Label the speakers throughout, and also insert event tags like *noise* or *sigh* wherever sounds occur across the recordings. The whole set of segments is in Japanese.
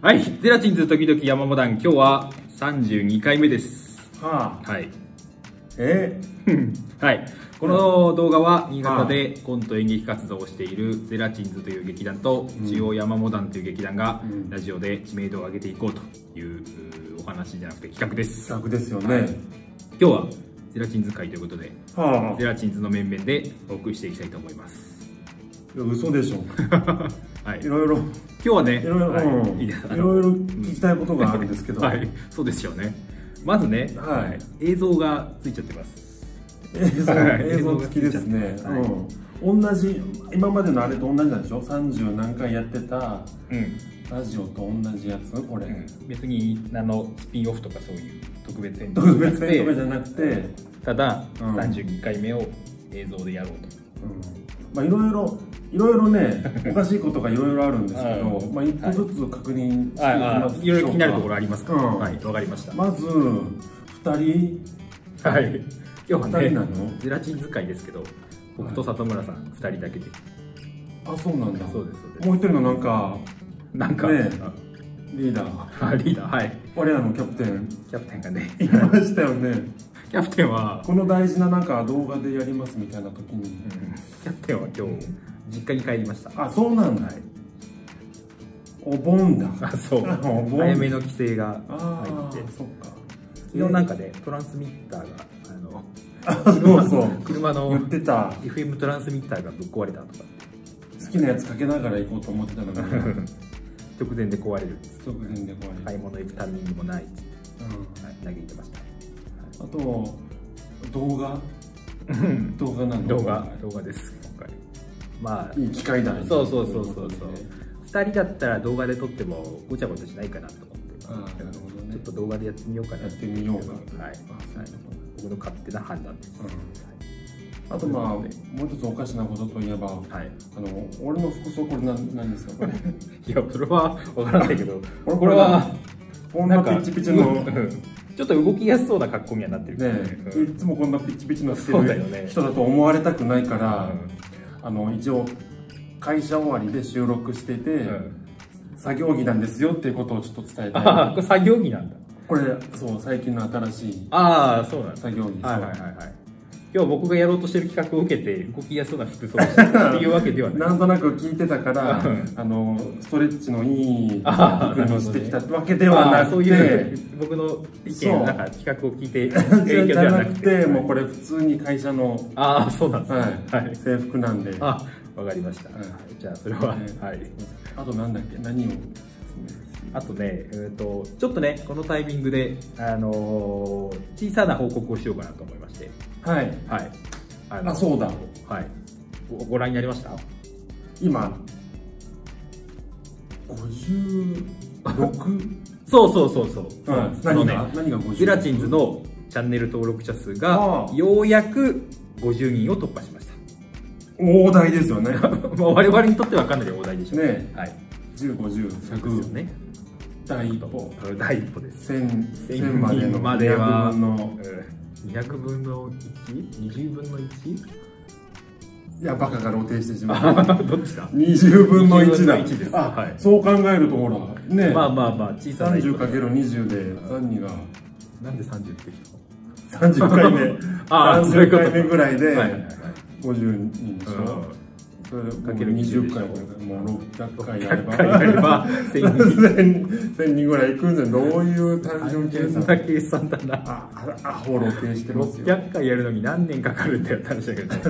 Speaker 1: はい、ゼラチンズ時々山モダン、今日は32回目です。
Speaker 2: はあ
Speaker 1: はい。
Speaker 2: え
Speaker 1: はい。この動画は新潟でコント演劇活動をしているゼラチンズという劇団と中央山モダンという劇団が
Speaker 2: うん
Speaker 1: ラジオで知名度を上げていこうといううーお話じゃなくて企画です。
Speaker 2: 企画ですよね、
Speaker 1: 今日はゼラチンズ会ということで、
Speaker 2: はあ
Speaker 1: ゼラチンズの面々でお送りしていきたいと思います。
Speaker 2: いや嘘でしょ
Speaker 1: はい。
Speaker 2: い
Speaker 1: 今
Speaker 2: ろいろ
Speaker 1: 日はね、
Speaker 2: いろいろ、
Speaker 1: はい
Speaker 2: うん
Speaker 1: いい
Speaker 2: い
Speaker 1: ですあの
Speaker 2: ろいろ聞きたいことがあるんですけど、
Speaker 1: はい、そうですよね。まずね、
Speaker 2: はい
Speaker 1: 映像がついちゃってます。
Speaker 2: 映像
Speaker 1: はい
Speaker 2: 映像付きですね、
Speaker 1: はい
Speaker 2: うん、同じ今までのあれと同じなんでしょ30何回やってた
Speaker 1: うん。
Speaker 2: ラジオと同じやつこれ、
Speaker 1: 別に何のスピンオフとかそういう特別編
Speaker 2: 特別編とかじゃなくて、うん
Speaker 1: ただ、
Speaker 2: うん
Speaker 1: 32回目を映像でやろうと。
Speaker 2: まあいろいろいろいろねおかしいことがいろいろあるんですけど、
Speaker 1: *laughs* はい
Speaker 2: まあ一個ずつ確認していきま
Speaker 1: あ
Speaker 2: す
Speaker 1: あいろいろ気になるところありますから、
Speaker 2: うん
Speaker 1: はい、わかりました。
Speaker 2: まず2人
Speaker 1: はい。今日は
Speaker 2: 二
Speaker 1: ね
Speaker 2: 人なの、
Speaker 1: ゼラチン使いですけど、僕と里村さん2人だけで。
Speaker 2: あそうなんだ
Speaker 1: そうです、そうです。
Speaker 2: もう一人のなんか
Speaker 1: なんか、
Speaker 2: ねリーダー
Speaker 1: あリーダー、はい。
Speaker 2: 我らのキャプテン
Speaker 1: キャプテンが
Speaker 2: *laughs*
Speaker 1: ね、
Speaker 2: いましたよね
Speaker 1: キャプテンは、
Speaker 2: この大事ななんか動画でやりますみたいな時に
Speaker 1: うんキャプテンは今日、実家に帰りました。
Speaker 2: あそうなんだ、お
Speaker 1: *laughs*
Speaker 2: 盆だ
Speaker 1: あそう
Speaker 2: あもう
Speaker 1: 早めの規制が
Speaker 2: ああ
Speaker 1: 入って
Speaker 2: そっか
Speaker 1: 昨日なんかねトランスミッターがあの
Speaker 2: あそうそう
Speaker 1: 車の
Speaker 2: 言ってた
Speaker 1: FM トランスミッターがぶっ壊れたとか
Speaker 2: 好きなやつかけながら行こうと思ってたのに
Speaker 1: 直前で壊れる
Speaker 2: 直前でこれ、
Speaker 1: 買い物行くタイミングもないっつって
Speaker 2: うん
Speaker 1: はい嘆いてました
Speaker 2: あと動画動画なの
Speaker 1: 動画動画です今回まあ
Speaker 2: いい機会だね
Speaker 1: そうそうそうそうそう
Speaker 2: ね
Speaker 1: 2人だったら動画で撮ってもごちゃごちゃしないかなと思って
Speaker 2: あーなるほどね
Speaker 1: ちょっと動画でやってみようかな
Speaker 2: やってみようか
Speaker 1: はい、はい
Speaker 2: あそ
Speaker 1: 僕
Speaker 2: ういうこ
Speaker 1: の勝手な判断です、
Speaker 2: あとまあもう一つおかしなことといえば
Speaker 1: はいはい
Speaker 2: あの俺の服装これなんなんですかこれ
Speaker 1: いや、それは分からないけど、*laughs*
Speaker 2: 俺
Speaker 1: これは、
Speaker 2: こんなピッチピチの
Speaker 1: うん
Speaker 2: ね
Speaker 1: ちょっと動きやすそうな格好にはなってるけどねうん
Speaker 2: いつもこんなピッチピチのして
Speaker 1: そうだよね
Speaker 2: る人だと思われたくないから
Speaker 1: うん
Speaker 2: あの一応会社終わりで収録してて、
Speaker 1: うん
Speaker 2: 作業着なんですよっていうことをちょっと伝えて
Speaker 1: ああ、これ作業着なんだ。
Speaker 2: これそう最近の新しい
Speaker 1: ああ、そうなんだ。
Speaker 2: 作業着
Speaker 1: はいはいはいはい。今日僕がやろうとしてる企画を受けて、動きやすそうな服装をしたっていうわけで *laughs* はない。
Speaker 2: なんとなく聞いてたから
Speaker 1: うん
Speaker 2: あのストレッチのいい
Speaker 1: あー
Speaker 2: 服にしてきたわけではな
Speaker 1: ああそ
Speaker 2: く
Speaker 1: う
Speaker 2: て
Speaker 1: いう僕の意見の中、企画を聞いて、
Speaker 2: じゃ
Speaker 1: 影響
Speaker 2: じ
Speaker 1: で
Speaker 2: ゃ
Speaker 1: は
Speaker 2: な
Speaker 1: な
Speaker 2: く
Speaker 1: く
Speaker 2: て、
Speaker 1: て。
Speaker 2: もうこれ普通に会社の、
Speaker 1: ああ、そうなんだ。
Speaker 2: はい
Speaker 1: はい
Speaker 2: 制服なんで。あ
Speaker 1: あ、わかりました
Speaker 2: うん。
Speaker 1: じゃあ、それは、
Speaker 2: ね
Speaker 1: はい。
Speaker 2: となんだっけ、何を。
Speaker 1: あとね、えー、とちょっとね、このタイミングで、あのー小さな報告をしようかなと思いまして、
Speaker 2: はい。
Speaker 1: はい、あの
Speaker 2: あ、そうだ。
Speaker 1: はい、ごご覧になりました
Speaker 2: 今。五十六。
Speaker 1: そうそうそうそう、
Speaker 2: うん。
Speaker 1: あの
Speaker 2: 何
Speaker 1: ね
Speaker 2: が、何が五十。
Speaker 1: ゼラチンズ。のチャンネル登録者数が
Speaker 2: ああ
Speaker 1: ようやく50人を突破しました。 *laughs*
Speaker 2: 大台ですよね。
Speaker 1: まあ我々にとってはかなり大台でしょう
Speaker 2: ね
Speaker 1: はい、
Speaker 2: 十五十百
Speaker 1: ですよね。
Speaker 2: 第一歩。
Speaker 1: 第一歩です。
Speaker 2: 千
Speaker 1: 1000
Speaker 2: 千までの。
Speaker 1: までは
Speaker 2: 200分の。
Speaker 1: うん200分の 1?20 分の 1?
Speaker 2: いや、バカが露呈してしまう。
Speaker 1: あ *laughs* どっちだ
Speaker 2: 二十分の一
Speaker 1: 20
Speaker 2: だ
Speaker 1: 分の一で。すは
Speaker 2: あ
Speaker 1: い、
Speaker 2: そう考えるとほら。ね。
Speaker 1: まあまあまあ小さな
Speaker 2: 三
Speaker 1: 一
Speaker 2: 十
Speaker 1: 歩
Speaker 2: かける二十で、三人が。
Speaker 1: なんで30って言ったの
Speaker 2: 30回目
Speaker 1: *laughs* ああそういう
Speaker 2: 30
Speaker 1: こと
Speaker 2: 回目ぐらいで
Speaker 1: はいはいはい
Speaker 2: 50人でしょ、それもう
Speaker 1: かける20
Speaker 2: 20回もう600回やれば
Speaker 1: 100回やれば1000
Speaker 2: *laughs* 1000 1000人ぐらいいくんじゃんどういう単純計
Speaker 1: 人
Speaker 2: 算
Speaker 1: な計算だな
Speaker 2: ああアホ露呈してますよ
Speaker 1: 600回やるのに何年かかるんだよって話だけどね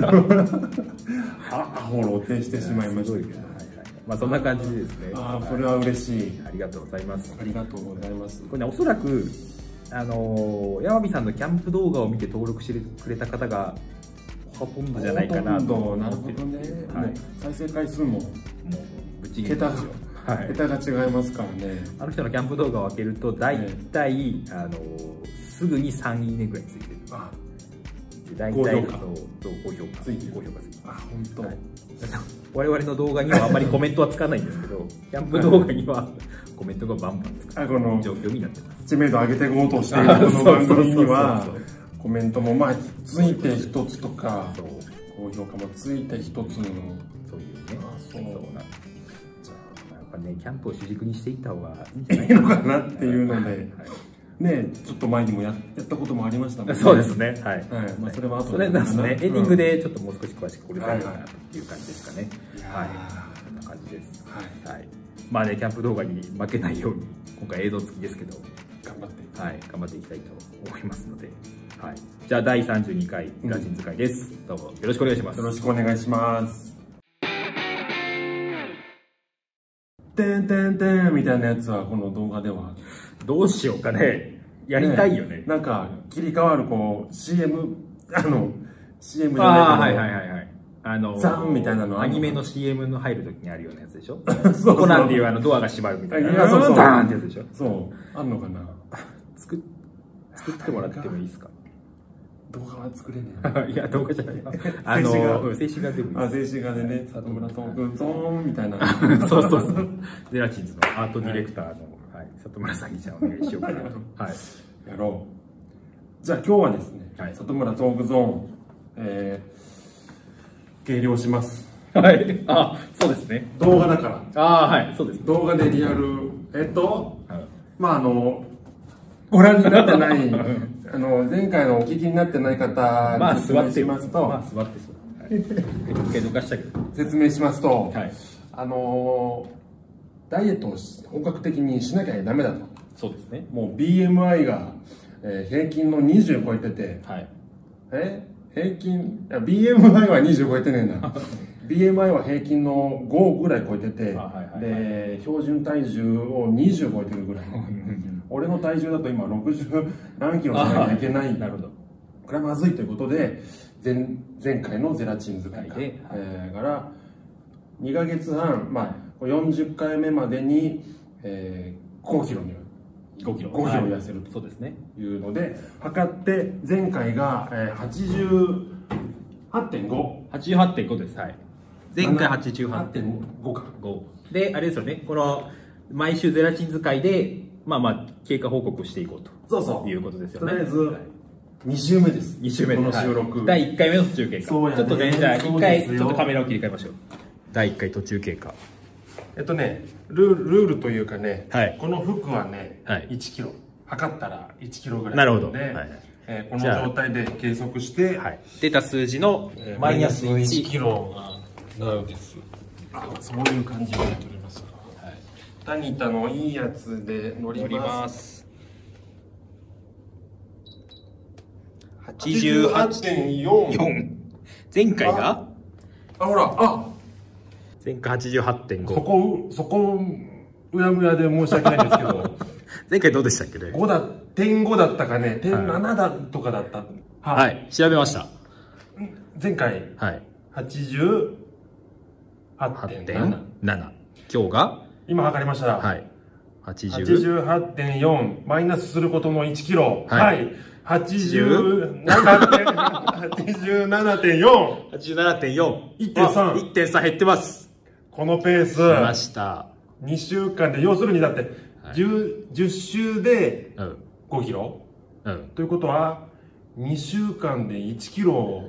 Speaker 2: あアホ露呈してしまいまし
Speaker 1: すごい
Speaker 2: た
Speaker 1: けどはいはい *laughs* まあそんな感じでですね
Speaker 2: ああそれは嬉しい
Speaker 1: ありがとうございます
Speaker 2: ありがとうございます
Speaker 1: これねおそらくあのー山美さんのキャンプ動画を見て登録してくれた方がほとんどじゃないかなと
Speaker 2: ほとんどなる
Speaker 1: 思
Speaker 2: ほ
Speaker 1: って
Speaker 2: どね、
Speaker 1: はい
Speaker 2: もう再生回数も
Speaker 1: もうぶち切れですよはい
Speaker 2: 桁が違いますからね
Speaker 1: あの人のキャンプ動画を開けると大体、あのすぐに3いいねぐらいついてる
Speaker 2: あ
Speaker 1: で大体
Speaker 2: 高評
Speaker 1: そ
Speaker 2: 価
Speaker 1: うそう高評価
Speaker 2: ついてる
Speaker 1: 高評価ついてる
Speaker 2: あ本当、
Speaker 1: はい *laughs* 我々の動画にはあんまりコメントはつかないんですけどキャンプ動画にはコメントがバンバンつか
Speaker 2: あこの
Speaker 1: る状況になってます
Speaker 2: 知名度上げていこうとしているこの番組には
Speaker 1: *laughs* そうそうそう
Speaker 2: コメントもまあついて一つとか
Speaker 1: そう
Speaker 2: 高評価もついて一つの
Speaker 1: そういうね
Speaker 2: あそ
Speaker 1: な
Speaker 2: う
Speaker 1: んです
Speaker 2: じゃ
Speaker 1: やっぱぱねキャンプを主軸にしていった方がいいんじゃない
Speaker 2: いいのかなっていうの
Speaker 1: はい
Speaker 2: で、ね、ちょっと前にもややったこともありましたもん
Speaker 1: はい
Speaker 2: ね。
Speaker 1: そうですねはい
Speaker 2: はい、まあ、それは後
Speaker 1: それなんですね、エンディング。でちょっともう少し詳しくこれから
Speaker 2: はい
Speaker 1: か
Speaker 2: はい
Speaker 1: なという感じですかね。
Speaker 2: いやー
Speaker 1: はい、そんな感じです。
Speaker 2: はい
Speaker 1: はい、まあね、キャンプ動画に負けないように、今回映像付きですけど、
Speaker 2: 頑張って。
Speaker 1: はい、頑張っていきたいと思いますので、はい、じゃあ第32回
Speaker 2: うん
Speaker 1: ラジンズ会です。どうもよろしくお願いします。
Speaker 2: よろしくお願いします。てんてんてんみたいなやつはこの動画では
Speaker 1: どうしようかね。やりたいよね。
Speaker 2: なんか切り替わるこう CM あの CM じ
Speaker 1: あ
Speaker 2: ゃ
Speaker 1: あ、
Speaker 2: な
Speaker 1: はいい
Speaker 2: けど
Speaker 1: はいはいはい。あの
Speaker 2: ザンみたいなの
Speaker 1: アニメの CM の入るときにあるようなやつでし
Speaker 2: *laughs*
Speaker 1: ょ
Speaker 2: *laughs* そう
Speaker 1: コナンっていうあのドアが閉まるみたいな。
Speaker 2: いやそうそう
Speaker 1: ダーンってやつでしょ
Speaker 2: そうあんのかな
Speaker 1: 作っ作ってもらってもいいですか
Speaker 2: 動画は作れね
Speaker 1: いや、動画じゃない。あ
Speaker 2: 静止画
Speaker 1: の、うん静止画で
Speaker 2: え
Speaker 1: もい
Speaker 2: あ
Speaker 1: いで
Speaker 2: 静止画でね里村智君ゾーンみたいな
Speaker 1: す。 *laughs* そうそうそう。ゼラチンズのアートディレクターの、はい、里村さんにじゃあお願いしようかなと。はい。
Speaker 2: やろうじゃあ今日はですね、
Speaker 1: はい
Speaker 2: 里村トークゾーン、えー、計量します
Speaker 1: はい。あ、そうですね。
Speaker 2: 動画だから
Speaker 1: あーはい、そうです。
Speaker 2: 動画でリアルえっと
Speaker 1: はい
Speaker 2: まああのご覧になってないあの前回のお聞きになってない方
Speaker 1: まあ、
Speaker 2: 説
Speaker 1: 座
Speaker 2: 明
Speaker 1: って
Speaker 2: しますと、
Speaker 1: まあ、座ってそう。はい。一回どかしたけど。
Speaker 2: 説明しますと、
Speaker 1: はい。
Speaker 2: あのダイエットをし本格的にしなきゃダメだと
Speaker 1: そうですね。
Speaker 2: もう BMI が、えー平均の20超えてて
Speaker 1: はい。
Speaker 2: え平均いや BMI は20超えてねえ
Speaker 1: *laughs*
Speaker 2: な BMI は平均の5ぐらい超えてて、
Speaker 1: あはいはい
Speaker 2: で標準体重を20超えてるぐらい俺の体重だと今60何キロしなきゃいけない
Speaker 1: なるほど。
Speaker 2: これはまずいということで前前回のゼラチン使いか
Speaker 1: はいで
Speaker 2: ら、えーから2ヶ月半、まあ、これ40回目までに、えー5キロに
Speaker 1: 5キロ。
Speaker 2: 5キロ痩せる
Speaker 1: はいそうですね。
Speaker 2: というので測って前回が、えー、88.5
Speaker 1: 88.5です。はい。前回88.5。
Speaker 2: 8.5か
Speaker 1: 5であれですよねこの毎週ゼラチン使いでまあまあ経過報告していこうと
Speaker 2: そうそう
Speaker 1: いうことですよ
Speaker 2: と
Speaker 1: ね
Speaker 2: りあえず
Speaker 1: はい
Speaker 2: 2週目です
Speaker 1: 2週目
Speaker 2: こ
Speaker 1: で
Speaker 2: の収録、
Speaker 1: はい第1回目の途中経過
Speaker 2: そうやね
Speaker 1: ちょっとねじゃあ1回
Speaker 2: そ
Speaker 1: ち
Speaker 2: うですよ
Speaker 1: ょっとカメラを切り替えましょう第1回途中経過
Speaker 2: えっとねルールルールというかね、
Speaker 1: はい
Speaker 2: この服はね、
Speaker 1: はい
Speaker 2: 1キロ測ったら1キロぐらい
Speaker 1: なるほど
Speaker 2: ので、
Speaker 1: はい
Speaker 2: えーこ
Speaker 1: じゃあ
Speaker 2: の状態で計測して、
Speaker 1: はい出た数字の
Speaker 2: えー
Speaker 1: マイナス1
Speaker 2: キロがなるですあそういう感じで取れましたタニタのいいやつで乗り
Speaker 1: 乗
Speaker 2: ます
Speaker 1: ります88.4
Speaker 2: 88.4
Speaker 1: 前回が
Speaker 2: あほらあ
Speaker 1: 前回
Speaker 2: そ
Speaker 1: 88.5
Speaker 2: こそこうやむやで申し訳ないですけど *laughs*
Speaker 1: 前回どうでしたっけね
Speaker 2: 5だ点5だったかね点7だとかだったはい、
Speaker 1: はい調べました
Speaker 2: 前回
Speaker 1: はい
Speaker 2: 88.7
Speaker 1: 8.7今日が
Speaker 2: 今測りました、
Speaker 1: はい80
Speaker 2: 88.4マイナスすることの1キロ
Speaker 1: は
Speaker 2: はいい、87.4 1.3
Speaker 1: 87.41.3減ってます
Speaker 2: このペ
Speaker 1: 出ま
Speaker 2: ース
Speaker 1: した
Speaker 2: 2週間で要するにだって
Speaker 1: はい
Speaker 2: 10, 10週で
Speaker 1: うん
Speaker 2: 5キロ
Speaker 1: うん
Speaker 2: ということは2週間で1キロ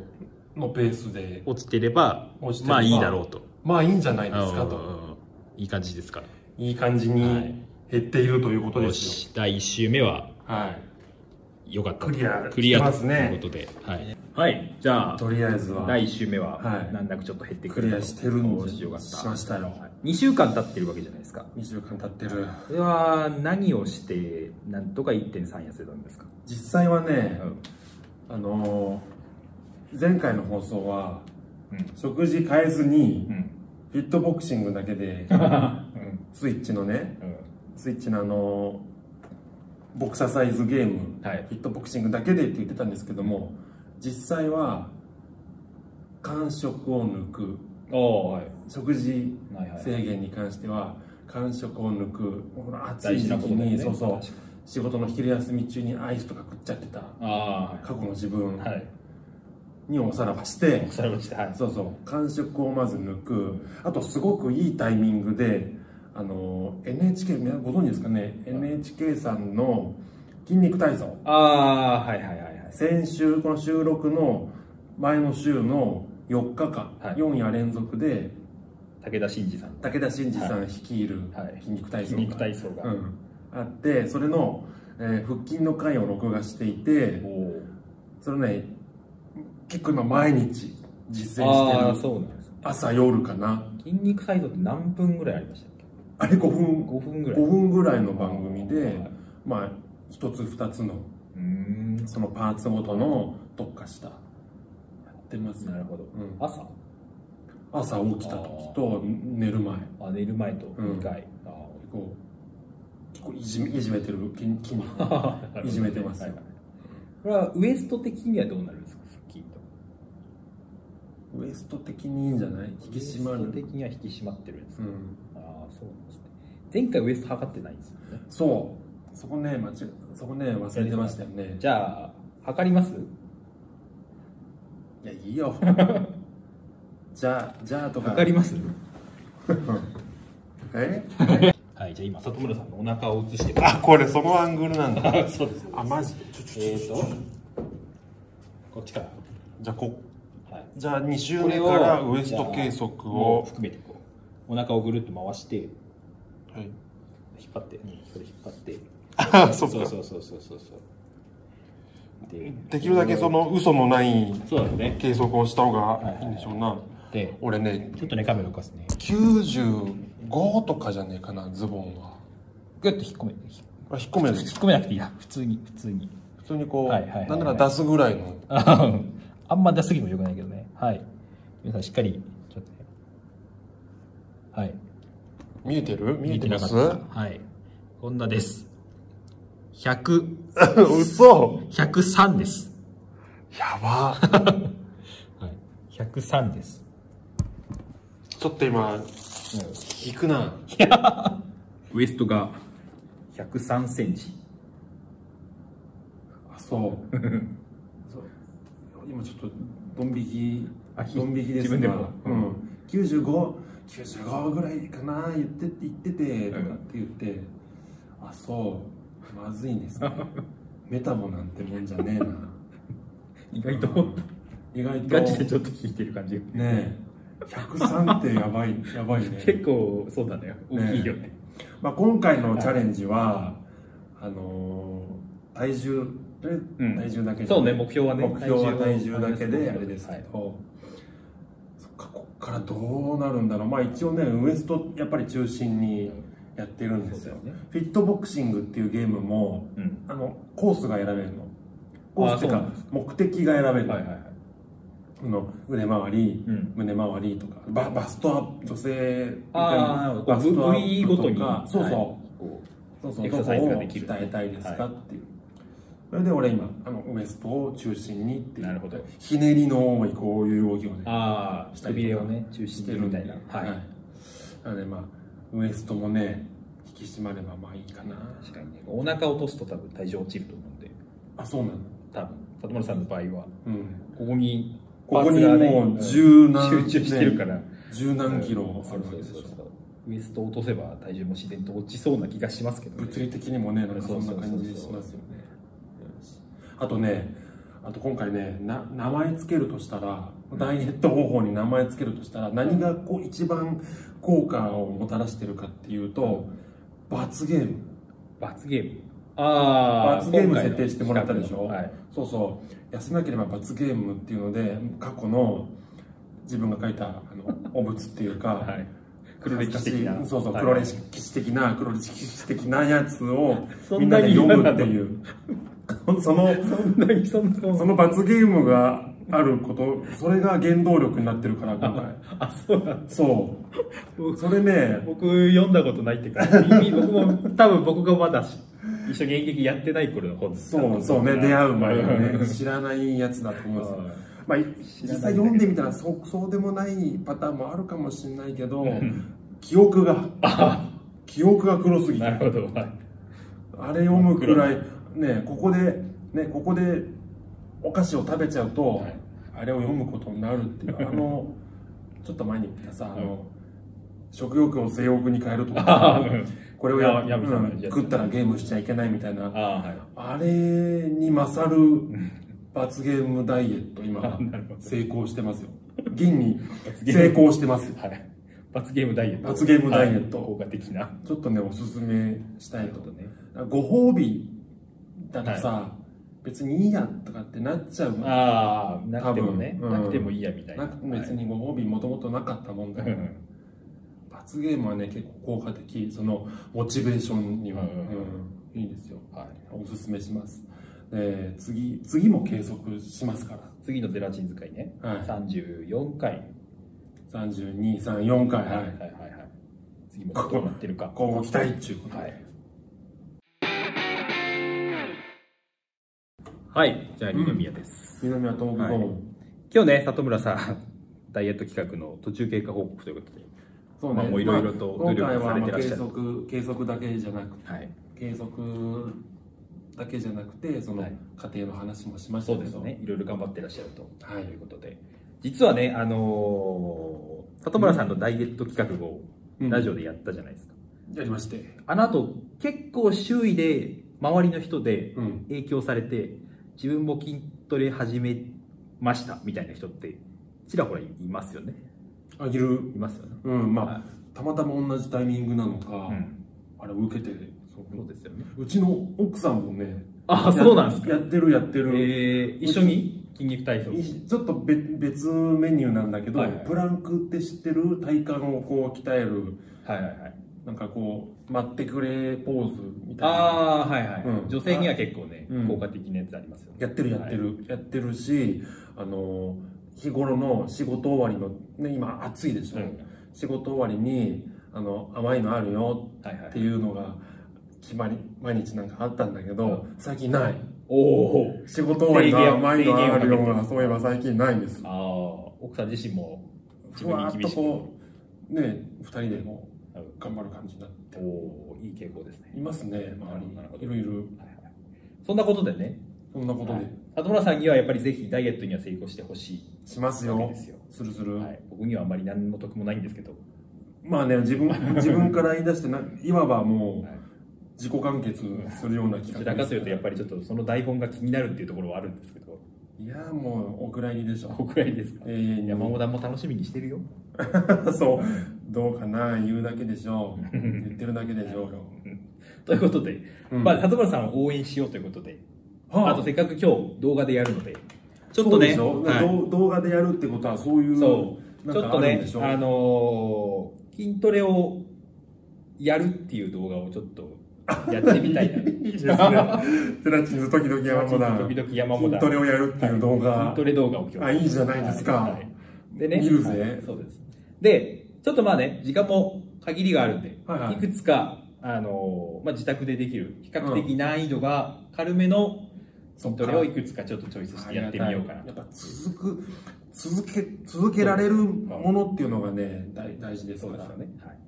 Speaker 2: のペースで
Speaker 1: 落ちてれば
Speaker 2: 落ちてれ
Speaker 1: ま
Speaker 2: ば
Speaker 1: あいいだろうと
Speaker 2: まあいいんじゃないですか
Speaker 1: うん
Speaker 2: と
Speaker 1: うんうんいい感じですから
Speaker 2: いい感じ
Speaker 1: はい
Speaker 2: に減っているということ
Speaker 1: よ
Speaker 2: ですよ、
Speaker 1: し第1週目は
Speaker 2: はい
Speaker 1: 良かった
Speaker 2: クリア
Speaker 1: クリア
Speaker 2: してま
Speaker 1: と
Speaker 2: すね
Speaker 1: いうことではいはいじゃあ
Speaker 2: とりあえずは
Speaker 1: 第1週目は
Speaker 2: はい
Speaker 1: 難なくちょっと減ってく
Speaker 2: ク
Speaker 1: れ
Speaker 2: リ
Speaker 1: たと
Speaker 2: アしてるの
Speaker 1: お
Speaker 2: で
Speaker 1: ーし
Speaker 2: し
Speaker 1: よかっ
Speaker 2: ま
Speaker 1: た
Speaker 2: したよ
Speaker 1: 2週間経ってるわけじゃないですか
Speaker 2: 2週間経ってる
Speaker 1: これは何をしてなんとか1.3痩せたんですか
Speaker 2: 実際はね、
Speaker 1: うん
Speaker 2: あのー前回の放送は、
Speaker 1: うん
Speaker 2: 食事変えずに
Speaker 1: うん
Speaker 2: フィットボクシングだけで
Speaker 1: *laughs*
Speaker 2: スイッチのね
Speaker 1: う
Speaker 2: スイッチのあのーボクササイズゲーム、
Speaker 1: はい
Speaker 2: フィットボクシングだけでって言ってたんですけども実際は間食を抜く
Speaker 1: ん、おはい
Speaker 2: 食事
Speaker 1: はいはい
Speaker 2: 制限に関しては間食を抜くほら暑
Speaker 1: 大
Speaker 2: い
Speaker 1: 事
Speaker 2: 時期
Speaker 1: なことだよ
Speaker 2: に、
Speaker 1: ね
Speaker 2: そうそう
Speaker 1: 確か
Speaker 2: 仕事の昼休み中にアイスとか食っちゃってた
Speaker 1: あ
Speaker 2: 過去の自分
Speaker 1: あはい
Speaker 2: におさらばして
Speaker 1: おさらばしてはい
Speaker 2: そうそう感触をまず抜くあとすごくいいタイミングであの NHK 皆さんご存知ですかね NHK さんの「筋肉体操
Speaker 1: ああはいはいはいはい」
Speaker 2: 先週この収録の前の週の4日間、
Speaker 1: はい
Speaker 2: 4夜連続で
Speaker 1: 武田真治さん
Speaker 2: 武田真治さん率いる
Speaker 1: はい
Speaker 2: 筋肉体操
Speaker 1: 筋
Speaker 2: が
Speaker 1: 肉体操が、
Speaker 2: うん、あってそれの、えー腹筋の回を録画していて
Speaker 1: おー
Speaker 2: それね結構今毎日実
Speaker 1: あ
Speaker 2: 践
Speaker 1: あ
Speaker 2: してる
Speaker 1: そうなんですね
Speaker 2: 朝夜かな
Speaker 1: 筋肉体操って何分ぐらいありましたっけ
Speaker 2: あれ5分
Speaker 1: 5分ぐ
Speaker 2: 5
Speaker 1: らい
Speaker 2: 分ぐらいの番組
Speaker 1: は
Speaker 2: で
Speaker 1: い
Speaker 2: まあ一つ二つの
Speaker 1: うーんな
Speaker 2: そのパーツごとの特化したやってますね、
Speaker 1: るほど
Speaker 2: うん、
Speaker 1: 朝
Speaker 2: 朝起きた時と寝る前
Speaker 1: あ寝る前と2回、あ
Speaker 2: こう結構いじめいじめてる筋筋肉
Speaker 1: ー
Speaker 2: いじめてます
Speaker 1: *laughs* はいはいこれはウエスト的にはどうなるんですか腹筋と
Speaker 2: ウエスト的にいいんじゃない引き締ま
Speaker 1: ウエスト的
Speaker 2: る、
Speaker 1: には引き締まってるんです
Speaker 2: う
Speaker 1: か、
Speaker 2: ん、
Speaker 1: ああそうなんですね前回ウエスト測ってないんですよね
Speaker 2: そうそこね間違そこね忘れてましたよね
Speaker 1: じゃあ測ります
Speaker 2: いやいいよじゃあじゃあとか
Speaker 1: 測ります
Speaker 2: え
Speaker 1: はいじゃあ今里村さんのお腹を映してま
Speaker 2: あこれそのアングルなんだ
Speaker 1: すそうです
Speaker 2: あマジでちょちょちょ
Speaker 1: えーとこっちから
Speaker 2: じゃあこ
Speaker 1: はい
Speaker 2: じゃあ2周
Speaker 1: これ
Speaker 2: 目
Speaker 1: を
Speaker 2: からウエスト計測
Speaker 1: もう
Speaker 2: を
Speaker 1: 含めてこうお腹をぐるっと回して引
Speaker 2: はい
Speaker 1: っ張って、うん、これ引っ張って
Speaker 2: あ *laughs* そっ
Speaker 1: そう
Speaker 2: か
Speaker 1: そうそうそうそうで
Speaker 2: できるだけその嘘のない
Speaker 1: そうだね
Speaker 2: 計測をした方がいいんでしょうな
Speaker 1: で
Speaker 2: 俺ね
Speaker 1: ちょっとねカメラ動かすね
Speaker 2: 95とかじゃねえかなズボンは
Speaker 1: グッと引っ込め
Speaker 2: あ引っ込める
Speaker 1: 引っ込めなくていいな普通に普通に
Speaker 2: 普通にこう、
Speaker 1: はいはいはいはい
Speaker 2: なんなら出すぐらいの
Speaker 1: *laughs* ああんま出すぎもよくないけどねはい皆さんしっかりちょっとねはい
Speaker 2: 見えてる見えてます
Speaker 1: はいこんなです100
Speaker 2: *laughs* 嘘
Speaker 1: 103です
Speaker 2: やば
Speaker 1: はい103です
Speaker 2: *laughs* ちょっと今引くな
Speaker 1: ウエストが103センチ
Speaker 2: あ *laughs* そうそう今ちょっとドン引
Speaker 1: あ
Speaker 2: きドン引きで
Speaker 1: 自
Speaker 2: す
Speaker 1: 分でも
Speaker 2: う
Speaker 1: うん
Speaker 2: ん、9595ぐらいかな言って言っててとかって言って、あそうまずいん
Speaker 1: *laughs*
Speaker 2: ですねメタボなんてもんじゃねえな
Speaker 1: 意
Speaker 2: 意
Speaker 1: 外と
Speaker 2: 意外と
Speaker 1: ガチでちょっと引いてる感じ
Speaker 2: ねえ103ってや
Speaker 1: *laughs*
Speaker 2: ばいやばいね
Speaker 1: 結構そうだね大きいよね
Speaker 2: まあ、今回のチャレンジは、あのー体重とりあえず
Speaker 1: うん
Speaker 2: 体重だけで
Speaker 1: そうね目標はね
Speaker 2: 目標は体
Speaker 1: 体
Speaker 2: 重
Speaker 1: 重
Speaker 2: だけで
Speaker 1: は
Speaker 2: あれですけど、そっかこっからどうなるんだろうまあ一応ねウエストやっぱり中心にやってるんですよ、
Speaker 1: そうだよね
Speaker 2: フィットボクシングっていうゲームも
Speaker 1: うん
Speaker 2: あのコースが選べるのコースってい
Speaker 1: あ
Speaker 2: う
Speaker 1: そうな
Speaker 2: か
Speaker 1: んです
Speaker 2: 目的が選べるの,、
Speaker 1: はいはいはい
Speaker 2: の腕回り、
Speaker 1: うん
Speaker 2: 胸回りとかババストアップ女性みたい
Speaker 1: あ
Speaker 2: な
Speaker 1: あ
Speaker 2: バストア
Speaker 1: 部
Speaker 2: ッ
Speaker 1: 位
Speaker 2: プ
Speaker 1: ご
Speaker 2: と
Speaker 1: とに
Speaker 2: かそうそう、
Speaker 1: はいこ
Speaker 2: そうそう
Speaker 1: エクササイズができる
Speaker 2: どこを鍛えたいですか
Speaker 1: は
Speaker 2: っていう、それで俺今あのウエストを中心にっていう
Speaker 1: なるほど
Speaker 2: ひねりの多いこういう動きを
Speaker 1: う
Speaker 2: ね
Speaker 1: ああ
Speaker 2: し
Speaker 1: く
Speaker 2: たり
Speaker 1: びれをね中
Speaker 2: し
Speaker 1: 心
Speaker 2: て
Speaker 1: に
Speaker 2: る
Speaker 1: み
Speaker 2: んで
Speaker 1: たいなはい
Speaker 2: なのでまあウエストもね引き締まればまあいいかな
Speaker 1: 確かにねお腹落とすと多分体重落ちると思うんで
Speaker 2: あそうなの
Speaker 1: 多分里村さんの場合は
Speaker 2: うん
Speaker 1: ここに
Speaker 2: ここ
Speaker 1: パー
Speaker 2: に
Speaker 1: ツがね
Speaker 2: も
Speaker 1: ん
Speaker 2: う十何、
Speaker 1: 集中してるから
Speaker 2: 十何キロあ
Speaker 1: そう
Speaker 2: る
Speaker 1: そ
Speaker 2: わけ
Speaker 1: う
Speaker 2: でし
Speaker 1: そう
Speaker 2: ょ
Speaker 1: ウエスト落とせば体重も自然と落ちそうな気がしますけどね
Speaker 2: 物理的にもねなんかそんな感
Speaker 1: そ
Speaker 2: じ
Speaker 1: うそうそう
Speaker 2: し
Speaker 1: そう
Speaker 2: ますよねよしあとねあと今回ねな名前つけるとしたらダイエット方法に名前つけるとしたら何がこう一番効果をもたらしてるかっていうと罰ゲーム
Speaker 1: 罰ゲームああ
Speaker 2: 罰ゲーム設定してもらったでしょ
Speaker 1: はい
Speaker 2: そうそう痩せなければ罰ゲームっていうので過去の自分が書いたあのお物っていうか、
Speaker 1: *laughs* はい黒歴史的な
Speaker 2: 恥ずかしいそうそう
Speaker 1: はい
Speaker 2: 黒歴史的な黒歴史的なやつを
Speaker 1: そ
Speaker 2: みん
Speaker 1: ん
Speaker 2: な
Speaker 1: な
Speaker 2: で
Speaker 1: に
Speaker 2: 読むっていう *laughs* その
Speaker 1: そんなにそんな
Speaker 2: その罰ゲームがあることそれが原動力になってるから今 *laughs* 回
Speaker 1: あそうなん
Speaker 2: そうそれね
Speaker 1: 僕読んだことないっていうか耳僕も多分僕がまだ一緒に演劇やってない頃の本です
Speaker 2: そうそうね出会う前は
Speaker 1: うん
Speaker 2: ね知らないやつだと思うんですよ
Speaker 1: はい
Speaker 2: まあ、い実際読んでみたらそうそうでもないパターンもあるかもしれないけど記憶が記憶が黒すぎて
Speaker 1: なるほどはい
Speaker 2: あれ読むくらい、ね、ここで、ね、ここでお菓子を食べちゃうと、
Speaker 1: はい
Speaker 2: あれを読むことになるっていう、
Speaker 1: *laughs*
Speaker 2: あの、ちょっと前に言ったさ、
Speaker 1: う
Speaker 2: あの、食欲を性欲に変えると
Speaker 1: *laughs* あ
Speaker 2: か、
Speaker 1: ーうん
Speaker 2: これをや
Speaker 1: ややめちゃ
Speaker 2: うん
Speaker 1: ダメ
Speaker 2: 食ったらゲームしちゃいけないみたいな、あ
Speaker 1: あーはい
Speaker 2: れに勝る罰ゲームダイエ
Speaker 1: *laughs*
Speaker 2: ット、今、成功してますよ。現に成功してますよ。
Speaker 1: はい罰ゲームダイエット
Speaker 2: 罰ゲームダイエット
Speaker 1: はい効果的な
Speaker 2: ちょっとねおすすめしたいと
Speaker 1: ね
Speaker 2: ご褒美だとさ、別にいいやとかってなっちゃう
Speaker 1: ああなくてもね、
Speaker 2: 多分うん
Speaker 1: なくてもいいやみたいな
Speaker 2: な別にご褒美もともとなかったもんだ
Speaker 1: は
Speaker 2: か
Speaker 1: い
Speaker 2: ら罰ゲームはね結構効果的そのモチベーションには、
Speaker 1: うん
Speaker 2: うんいいですよ
Speaker 1: はい
Speaker 2: おすすめしますで次次も計測しますか
Speaker 1: 次のゼラチン使いね
Speaker 2: ら、はい、
Speaker 1: 34回
Speaker 2: 3234回
Speaker 1: はい
Speaker 2: は
Speaker 1: はいはいは
Speaker 2: い
Speaker 1: い次もどうなってるか
Speaker 2: 今後期待っちゅうことで、
Speaker 1: はいはいじゃあ二宮です、
Speaker 2: 南は東北
Speaker 1: はい今日ね里村さん *laughs* ダイエット企画の途中経過報告ということで
Speaker 2: そう
Speaker 1: まあもういろいろと
Speaker 2: まあ
Speaker 1: 努力
Speaker 2: 今回は
Speaker 1: されてらっしゃる
Speaker 2: まあ計測計測だけじゃなく
Speaker 1: はい
Speaker 2: 計測だけじゃなくてその
Speaker 1: はい
Speaker 2: 家庭の話もしました
Speaker 1: そ
Speaker 2: け
Speaker 1: う
Speaker 2: ど
Speaker 1: ですねいろいろ頑張ってらっしゃると,、
Speaker 2: はい
Speaker 1: ということで実はねあのー里村さんのダイエット企画を
Speaker 2: うん
Speaker 1: ラジオでやったじゃないですか、
Speaker 2: やりまして
Speaker 1: あの後結構周囲で周りの人で
Speaker 2: うん
Speaker 1: 影響されて自分も筋トレ始めましたみたいな人ってちらほらいますよね
Speaker 2: あいる
Speaker 1: いますよね、
Speaker 2: うんまあ、
Speaker 1: はい
Speaker 2: たまたま同じタイミングなのか、
Speaker 1: うん
Speaker 2: あれを受けてそ
Speaker 1: そう
Speaker 2: う
Speaker 1: ですよね
Speaker 2: うちの奥さんもね
Speaker 1: あそうなんですか
Speaker 2: ややってるやって
Speaker 1: え
Speaker 2: る、
Speaker 1: ー一緒に筋肉体操
Speaker 2: いちょっと別別メニューなんだけど、
Speaker 1: はいはい
Speaker 2: プランクって知ってる体幹をこう鍛える
Speaker 1: はいはいはい
Speaker 2: なんかこう待ってくれポーズみたいな
Speaker 1: ああはいはい、
Speaker 2: うん
Speaker 1: 女性には結構ね、
Speaker 2: うん
Speaker 1: 効果的なやつありますよね
Speaker 2: やってるやってる、やってるしあの日頃の仕事終わりの、ね、今暑いでしょ、
Speaker 1: はい
Speaker 2: 仕事終わりにあの甘いのあるよ
Speaker 1: はいは
Speaker 2: っ
Speaker 1: い
Speaker 2: ていうのが決まり毎日なんかあったんだけど最近ない
Speaker 1: おお
Speaker 2: 仕事終わり
Speaker 1: 制
Speaker 2: が
Speaker 1: 限
Speaker 2: 甘いのあるよ
Speaker 1: 制限をかけ
Speaker 2: うな
Speaker 1: て
Speaker 2: そういえば最近ないんです
Speaker 1: ああ奥さん自身も自
Speaker 2: ふ
Speaker 1: 分
Speaker 2: わ
Speaker 1: に
Speaker 2: ーっ
Speaker 1: 厳
Speaker 2: と
Speaker 1: しく
Speaker 2: こうね二人でも
Speaker 1: なる
Speaker 2: う頑張る感じになって
Speaker 1: ほどおーいい傾向ですね
Speaker 2: いますね周
Speaker 1: なるほ
Speaker 2: り
Speaker 1: ど
Speaker 2: いろいろ
Speaker 1: はいはいそんなことでね
Speaker 2: そんなこと
Speaker 1: は
Speaker 2: で
Speaker 1: い里村さんにはやっぱりぜひダイエットには成功してほしい
Speaker 2: します
Speaker 1: わけ
Speaker 2: よ
Speaker 1: ですよ、
Speaker 2: するする
Speaker 1: はい、僕にはあんまり何の得もないんですけど、
Speaker 2: まあね
Speaker 1: *laughs*
Speaker 2: 自分自分から言い出してないわばも
Speaker 1: はいう
Speaker 2: 自己完結するような
Speaker 1: ど
Speaker 2: 企
Speaker 1: ち
Speaker 2: 画
Speaker 1: らかというとやっ
Speaker 2: い
Speaker 1: ぱりちょっとその台本が気になるっていうところはあるんですけど
Speaker 2: やーもうお蔵入りでしょ
Speaker 1: おくらいですか
Speaker 2: 永遠に
Speaker 1: 山本も楽しみにしてるよ
Speaker 2: *laughs* そうどうかな言うだけでしょう言ってるだけでしょうよ
Speaker 1: ということで、
Speaker 2: うん
Speaker 1: まあ、里村さんを応援しようということで
Speaker 2: は
Speaker 1: あとせっかく今日動画でやるので、ちょっ
Speaker 2: そ
Speaker 1: と
Speaker 2: うで
Speaker 1: ね、
Speaker 2: しょ
Speaker 1: はい
Speaker 2: どう動画でやるってことはそういう
Speaker 1: そう、
Speaker 2: な
Speaker 1: ち
Speaker 2: ん
Speaker 1: ょっ
Speaker 2: か
Speaker 1: と
Speaker 2: あるん
Speaker 1: ね
Speaker 2: でし、ょ
Speaker 1: あのー筋トレをやるっていう動画をちょっとやってみたいな。
Speaker 2: *laughs* い
Speaker 1: *laughs*
Speaker 2: いですね *laughs* ゼラチンズ時々山本だ
Speaker 1: 時々山本
Speaker 2: 筋トレをやるっていう動画、
Speaker 1: 筋トレ動画を今日。
Speaker 2: あいいじゃないですか
Speaker 1: でね、
Speaker 2: 見るぜ
Speaker 1: はいそうです。で、ちょっとまあね、時間も限りがあるんで、
Speaker 2: はいはい
Speaker 1: くつか、あのーまあ、自宅でできる、比較的難易度が軽めの筋トレをいくつかちょっとチョイスしてやってみようかな
Speaker 2: やっぱ続く続け続けられるものっていうのがね大大事です
Speaker 1: そう
Speaker 2: か
Speaker 1: です
Speaker 2: ら
Speaker 1: よね、はい、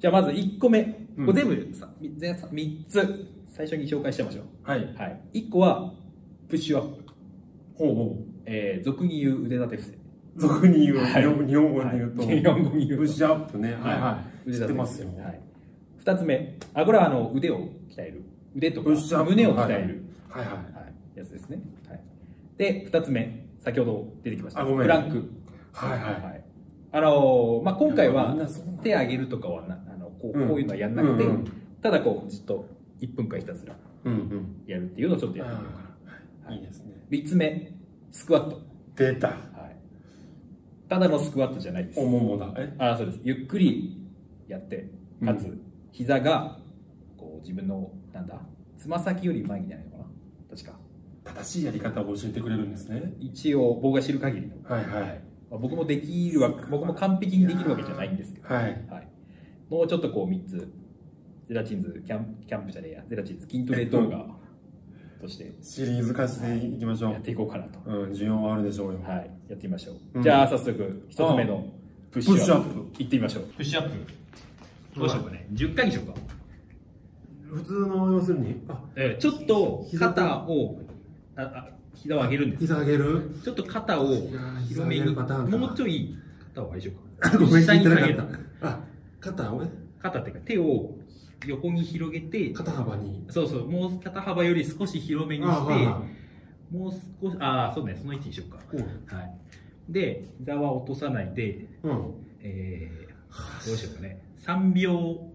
Speaker 1: じゃあまず1個目、
Speaker 2: うん
Speaker 1: これ全部さみ全3つ最初に紹介してましょ
Speaker 2: はい、
Speaker 1: う、はい、1個はプッシュアップ、
Speaker 2: ほうほ
Speaker 1: えー俗に言う腕立て伏せ
Speaker 2: う俗に言う、
Speaker 1: はい
Speaker 2: 日本日本語で言うと、
Speaker 1: はい日本語に言うと
Speaker 2: ブッシュアップね、はいは
Speaker 1: 腕
Speaker 2: い、
Speaker 1: 立
Speaker 2: 知っ
Speaker 1: 伏せ
Speaker 2: てますよ、
Speaker 1: はい、2つ目あこれはあの腕を鍛える腕とか
Speaker 2: プッシュアップ
Speaker 1: 胸を鍛える、
Speaker 2: はいはい、
Speaker 1: はいやつですね、はい、で2つ目先ほど出てきました
Speaker 2: あごめん
Speaker 1: プランク、
Speaker 2: はいはい
Speaker 1: いあのーまあ、今回
Speaker 2: み
Speaker 1: は
Speaker 2: んなそうなんだ
Speaker 1: 手上げるとかはなあのこう
Speaker 2: うん
Speaker 1: こういうのはやんなくて、
Speaker 2: うんうん
Speaker 1: ただこうずっと1分間ひたすら
Speaker 2: うんうん
Speaker 1: やるっていうのをちょっとやってみよう
Speaker 2: ああいいですね
Speaker 1: 3つ目スクワット、
Speaker 2: 出た
Speaker 1: はい、ただのスクワットじゃないです
Speaker 2: おももだえ
Speaker 1: あそうですゆっくりやってかつ、
Speaker 2: う
Speaker 1: 膝がこう自分のなんだつま先より前になるのかな確か
Speaker 2: 正しいやり方を教えてくれるんですね
Speaker 1: 一応僕が知る限りの、
Speaker 2: はいは
Speaker 1: はいいまあ僕もできるわ僕も完璧にできるわけじゃないんですけど、
Speaker 2: はい
Speaker 1: はい、もうちょっとこう3つゼラチンズキャンキャンプじゃねえやゼラチンズ筋トレ動画として
Speaker 2: シリーズ化していきましょ
Speaker 1: やっ
Speaker 2: う
Speaker 1: ていこうかなと
Speaker 2: うん需要はあるでしょうよ
Speaker 1: はい、やってみましょう。
Speaker 2: うん
Speaker 1: じゃあ早速一つ目のプッシュアップ
Speaker 2: プッシュアッ
Speaker 1: 行ってみましょう。プッシュアップ
Speaker 2: どうしよう
Speaker 1: かね。10回にしようか。
Speaker 2: 普通の要するにあ
Speaker 1: えちょっと肩をああ膝を上げるんです。
Speaker 2: 膝上げる
Speaker 1: ちょっと肩を
Speaker 2: ー
Speaker 1: 広め
Speaker 2: 膝上げ
Speaker 1: に
Speaker 2: るパターンか
Speaker 1: もうちょい肩を上げようか。
Speaker 2: *laughs* ごめん
Speaker 1: 下
Speaker 2: 聞い
Speaker 1: に
Speaker 2: て
Speaker 1: 下
Speaker 2: な
Speaker 1: げ
Speaker 2: か
Speaker 1: る。
Speaker 2: ったあ肩をね
Speaker 1: 肩っていうか手を横に広げて、
Speaker 2: 肩幅に
Speaker 1: そうそうもう肩幅より少し広めに
Speaker 2: あ
Speaker 1: して
Speaker 2: はいは、
Speaker 1: もう少しああそうねその位置にしようか。
Speaker 2: い
Speaker 1: はい。で膝は落とさないで。
Speaker 2: うん
Speaker 1: えーどうしようかね3秒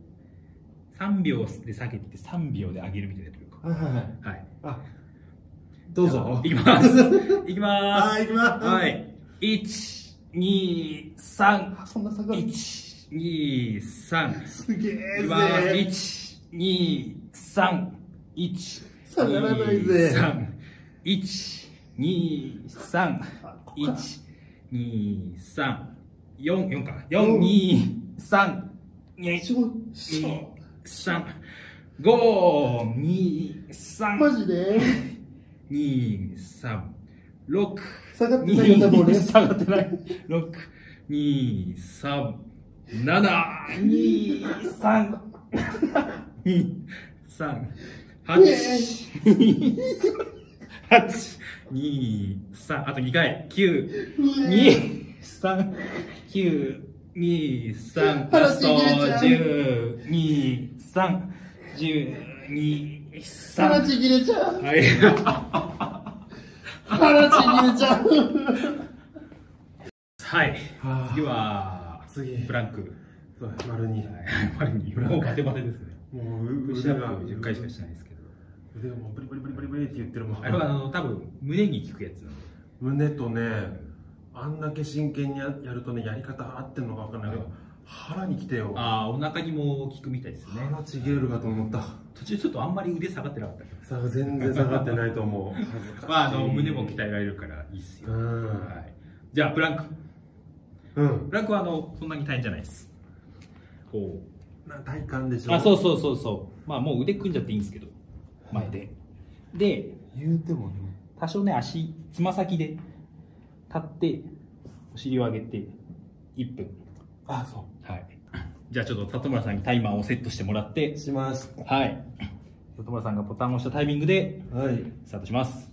Speaker 1: 3秒で下げて3秒で上げるみたいなというか
Speaker 2: はいはいはい
Speaker 1: はい
Speaker 2: あどうぞ
Speaker 1: いきます *laughs* いきま
Speaker 2: はい行きます
Speaker 1: すはい123
Speaker 2: あそんな下がる
Speaker 1: 123
Speaker 2: すげ
Speaker 1: い
Speaker 2: え
Speaker 1: き
Speaker 2: ぜ
Speaker 1: ます1231
Speaker 2: 下がらないぜ
Speaker 1: 123
Speaker 2: あここか
Speaker 1: 一、二、三、四、四か。四、二、三、二、
Speaker 2: しょし
Speaker 1: 二
Speaker 2: ょ、
Speaker 1: 三、五、二、三、
Speaker 2: マジで
Speaker 1: 二、三、六、
Speaker 2: 下がってないよ多分俺
Speaker 1: 二
Speaker 2: 下がってない
Speaker 1: 六、二、三、七、二、三、二、三、八、二、八、二、三、あと二回、九、二三九二三ラスト十二三十二
Speaker 3: 腹
Speaker 1: 三
Speaker 3: ちぎれちゃう
Speaker 1: はい
Speaker 3: 腹ちぎれちゃう
Speaker 1: はい
Speaker 2: あー
Speaker 1: 次は
Speaker 2: 次
Speaker 1: ブランク
Speaker 2: そう丸に
Speaker 1: はい丸に
Speaker 2: ブランク
Speaker 1: もうバテバテですね
Speaker 2: もう
Speaker 1: プッシ
Speaker 2: 腕
Speaker 1: ュアッ
Speaker 2: が
Speaker 1: プ10回しかしてないですけど
Speaker 2: 腕がもうブリブリブリブリブリって言ってるもん
Speaker 1: あれはあの多分胸に効くやつなので
Speaker 2: 胸とねあんだけ真剣にややるとねやり方合ってるのか分かんないけど
Speaker 1: うん
Speaker 2: 腹にきてよ
Speaker 1: ああお腹にも効くみたいですね
Speaker 2: 腹ちぎれるかと思った
Speaker 1: 途中ちょっとあんまり腕下がってなかったけど
Speaker 2: さ全然下がってないと思う恥ずかしい
Speaker 1: まああの胸も鍛えられるからいいっすよ
Speaker 2: う
Speaker 1: は
Speaker 2: ん
Speaker 1: いじゃあプランク
Speaker 2: うん
Speaker 1: ブランクはあのそんなに大変じゃないですこ
Speaker 2: な体幹でし
Speaker 1: う
Speaker 2: ょ
Speaker 1: あそうそうそうそうまあもう腕組んじゃっていいんですけど前でで
Speaker 2: 言うてもね
Speaker 1: 多少ね足つま先で立ってお尻を上げて1分
Speaker 2: あそ
Speaker 1: はいじゃあちょっと里村さんにタイマーをセットしてもらって
Speaker 2: うします
Speaker 1: はい里村さんがボタンを押したタイミングで
Speaker 2: はい
Speaker 1: スタートします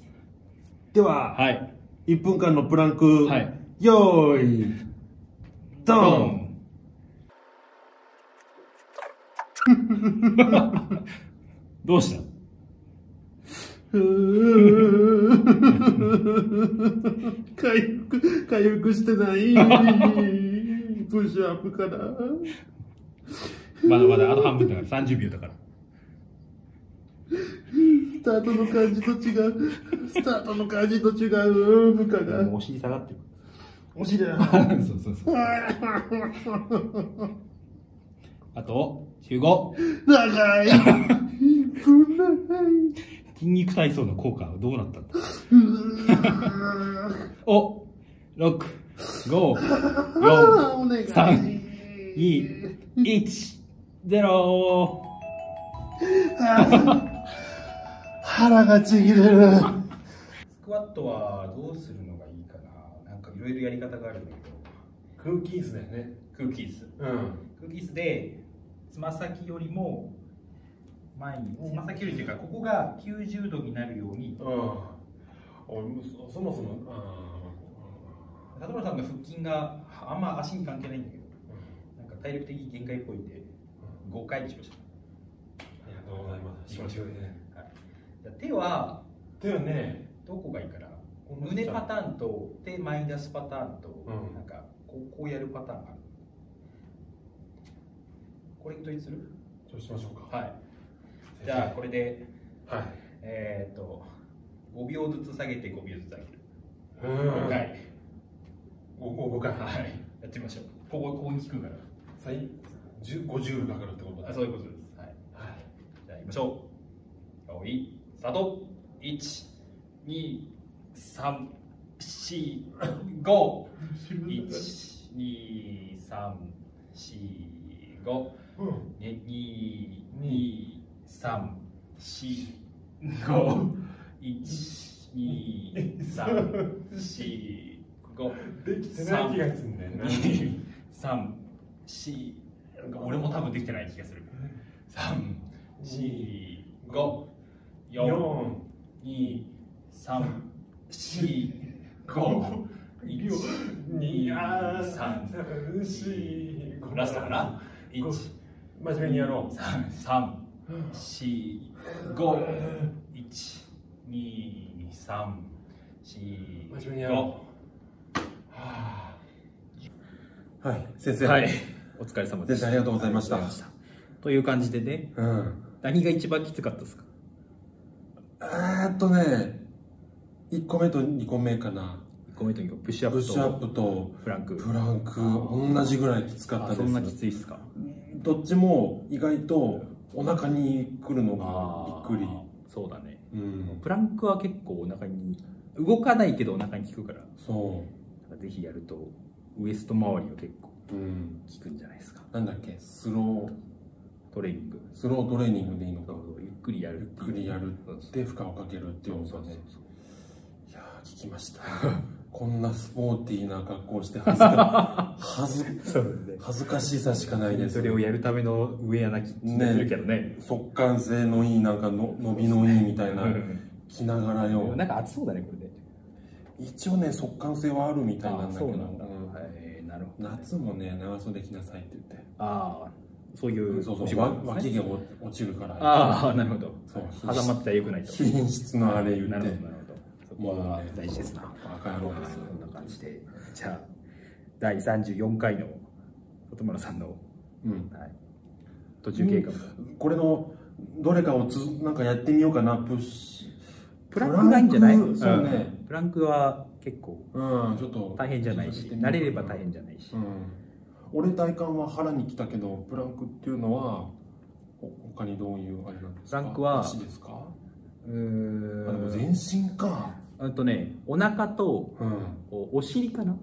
Speaker 2: では、
Speaker 1: はい
Speaker 2: 1分間のプランク、
Speaker 1: はい
Speaker 2: よーいド
Speaker 1: ド
Speaker 2: ン
Speaker 1: ン *laughs* どうした
Speaker 3: 回復回復してないプッシュアップから
Speaker 1: まだまだあと半分だから30秒だから
Speaker 3: スタートの感じと違うスタートの感じと違う部下が
Speaker 1: お尻下がってる
Speaker 3: お尻だ
Speaker 1: *laughs* そうそうそうあと15
Speaker 3: 長いこんな長い
Speaker 1: 筋肉体操の効果はどうなったんだお六五
Speaker 3: あ
Speaker 1: 四
Speaker 3: あお願い
Speaker 1: 三二一ゼロ
Speaker 3: 腹がちぎれる
Speaker 1: スクワットはどうするのがいいかななんかいろいろやり方があるんだけど
Speaker 2: 空気椅子だよね
Speaker 1: 空気椅子
Speaker 2: うん
Speaker 1: 空気椅子でつま先よりも前につま先よりというかここが90度になるように
Speaker 2: うん俺もそそもそもあ
Speaker 1: 里村さんの腹筋があんま足に関係ないんだけどなんか体力的に限界っぽいんで5回にしましょ
Speaker 2: ありがとうございます
Speaker 1: しまし
Speaker 2: ょうね
Speaker 1: う、はい、じゃあ手は
Speaker 2: だよね
Speaker 1: どこがいいかな胸パターンと手マイナスパターンと、
Speaker 2: うん
Speaker 1: なんかこうこうやるパターンがあるこれ統一する
Speaker 2: そうしましょうか
Speaker 1: はいじゃあこれで
Speaker 2: あはい
Speaker 1: えーっと5秒ずつ下げて5秒ずつ上げる
Speaker 2: うん
Speaker 1: 5回
Speaker 2: おお5回
Speaker 1: はいやってみましょうここここに効くから
Speaker 2: 最10 50かかるってことだ
Speaker 1: あそういうことですはい
Speaker 2: はい
Speaker 1: じゃあ行きましょう。よい、スタート。一、二、三、四、五。一、二、三、四、五。
Speaker 2: うん
Speaker 1: ね二、二、三、四、五。一、二、三、四、五。
Speaker 2: できてない気がするんだよね
Speaker 1: 2 3 4俺も多分できてない気がする3 4 5 4 2 3 4 5 1 2 3
Speaker 2: 3
Speaker 1: ラストかな1
Speaker 2: 真面目にやろう
Speaker 1: 3 3 4 5 1 2 3 4 5
Speaker 2: 真面目にやろうはい先生
Speaker 1: はいお疲れ様
Speaker 2: で
Speaker 1: で
Speaker 2: し
Speaker 1: したた
Speaker 2: ありがとうございました
Speaker 1: ありがとうございましたという感じでね
Speaker 2: うん
Speaker 1: 何が一番きつかったですか
Speaker 2: えーっとね1個目と2個目かな
Speaker 1: 1個目と2個プッシュア
Speaker 2: プッ
Speaker 1: ップ
Speaker 2: シュアッ
Speaker 1: と
Speaker 2: プと
Speaker 1: フランク
Speaker 2: プランク同じぐらいきつかった
Speaker 1: あ
Speaker 2: です
Speaker 1: そんなきついっすか
Speaker 2: どっちも意外とお腹にくるのがびっくり
Speaker 1: そうだね
Speaker 2: うん
Speaker 1: プランクは結構お腹に動かないけどお腹に効くから
Speaker 2: そ
Speaker 1: ぜひやるとウエスト周りは結構
Speaker 2: ううん
Speaker 1: 効くんじゃないですか
Speaker 2: なんだっけスロ
Speaker 1: トレーニング
Speaker 2: ースロートレーニングでいいの
Speaker 1: そ
Speaker 2: か
Speaker 1: うそうゆっくりやる
Speaker 2: ゆ
Speaker 1: っ
Speaker 2: って
Speaker 1: いう
Speaker 2: くりやる
Speaker 1: そうそう
Speaker 2: で負荷をかけるっていうのがね
Speaker 1: そう
Speaker 2: いやー聞きました *laughs* こんなスポーティーな格好をして恥ず
Speaker 1: *laughs*
Speaker 2: か恥ず
Speaker 1: そうね
Speaker 2: 恥ずかしさしかないです
Speaker 1: それをやるためのウェアな気気がするけどね
Speaker 2: 速乾性のいいなんかの伸びのいいみたいな
Speaker 1: うん
Speaker 2: 着ながらよ
Speaker 1: なんか暑そうだねこれで
Speaker 2: 一応ね速乾性はあるみたいなんだけ
Speaker 1: そ
Speaker 2: ど
Speaker 1: うなんだ、
Speaker 2: うん
Speaker 1: はいなるほど
Speaker 2: 夏もね長袖着なさいって言って
Speaker 1: ああそういう
Speaker 2: そうそう
Speaker 1: お仕
Speaker 2: わ
Speaker 1: 事ですね
Speaker 2: 脇毛落ちるから
Speaker 1: ああなるほど
Speaker 2: そう
Speaker 1: 挟まったらよくないと
Speaker 2: 品質のあれ言
Speaker 1: な
Speaker 2: っ
Speaker 1: るほど
Speaker 2: て
Speaker 1: なるほどそこは
Speaker 2: もうね
Speaker 1: 大事ですな
Speaker 2: バカ野郎です
Speaker 1: そんな感じでじゃあ第34回の外村さんの、は
Speaker 2: うん
Speaker 1: い、途中経過も、
Speaker 2: これのどれかをつなんかやってみようかなプッシ
Speaker 1: プランクがいいんじゃない
Speaker 2: プランクそうね
Speaker 1: んプランクは結構
Speaker 2: ュうんちょっと
Speaker 1: 大変じゃないし慣れれば大変じゃないし、
Speaker 2: うん俺体感は腹に来たけどプランクっていうのはほ他にどういうあれなんですか
Speaker 1: プランクは
Speaker 2: 足ですか
Speaker 1: う
Speaker 2: あでも
Speaker 1: ーん
Speaker 2: 全身か
Speaker 1: あとねお腹と
Speaker 2: うん
Speaker 1: おお尻かな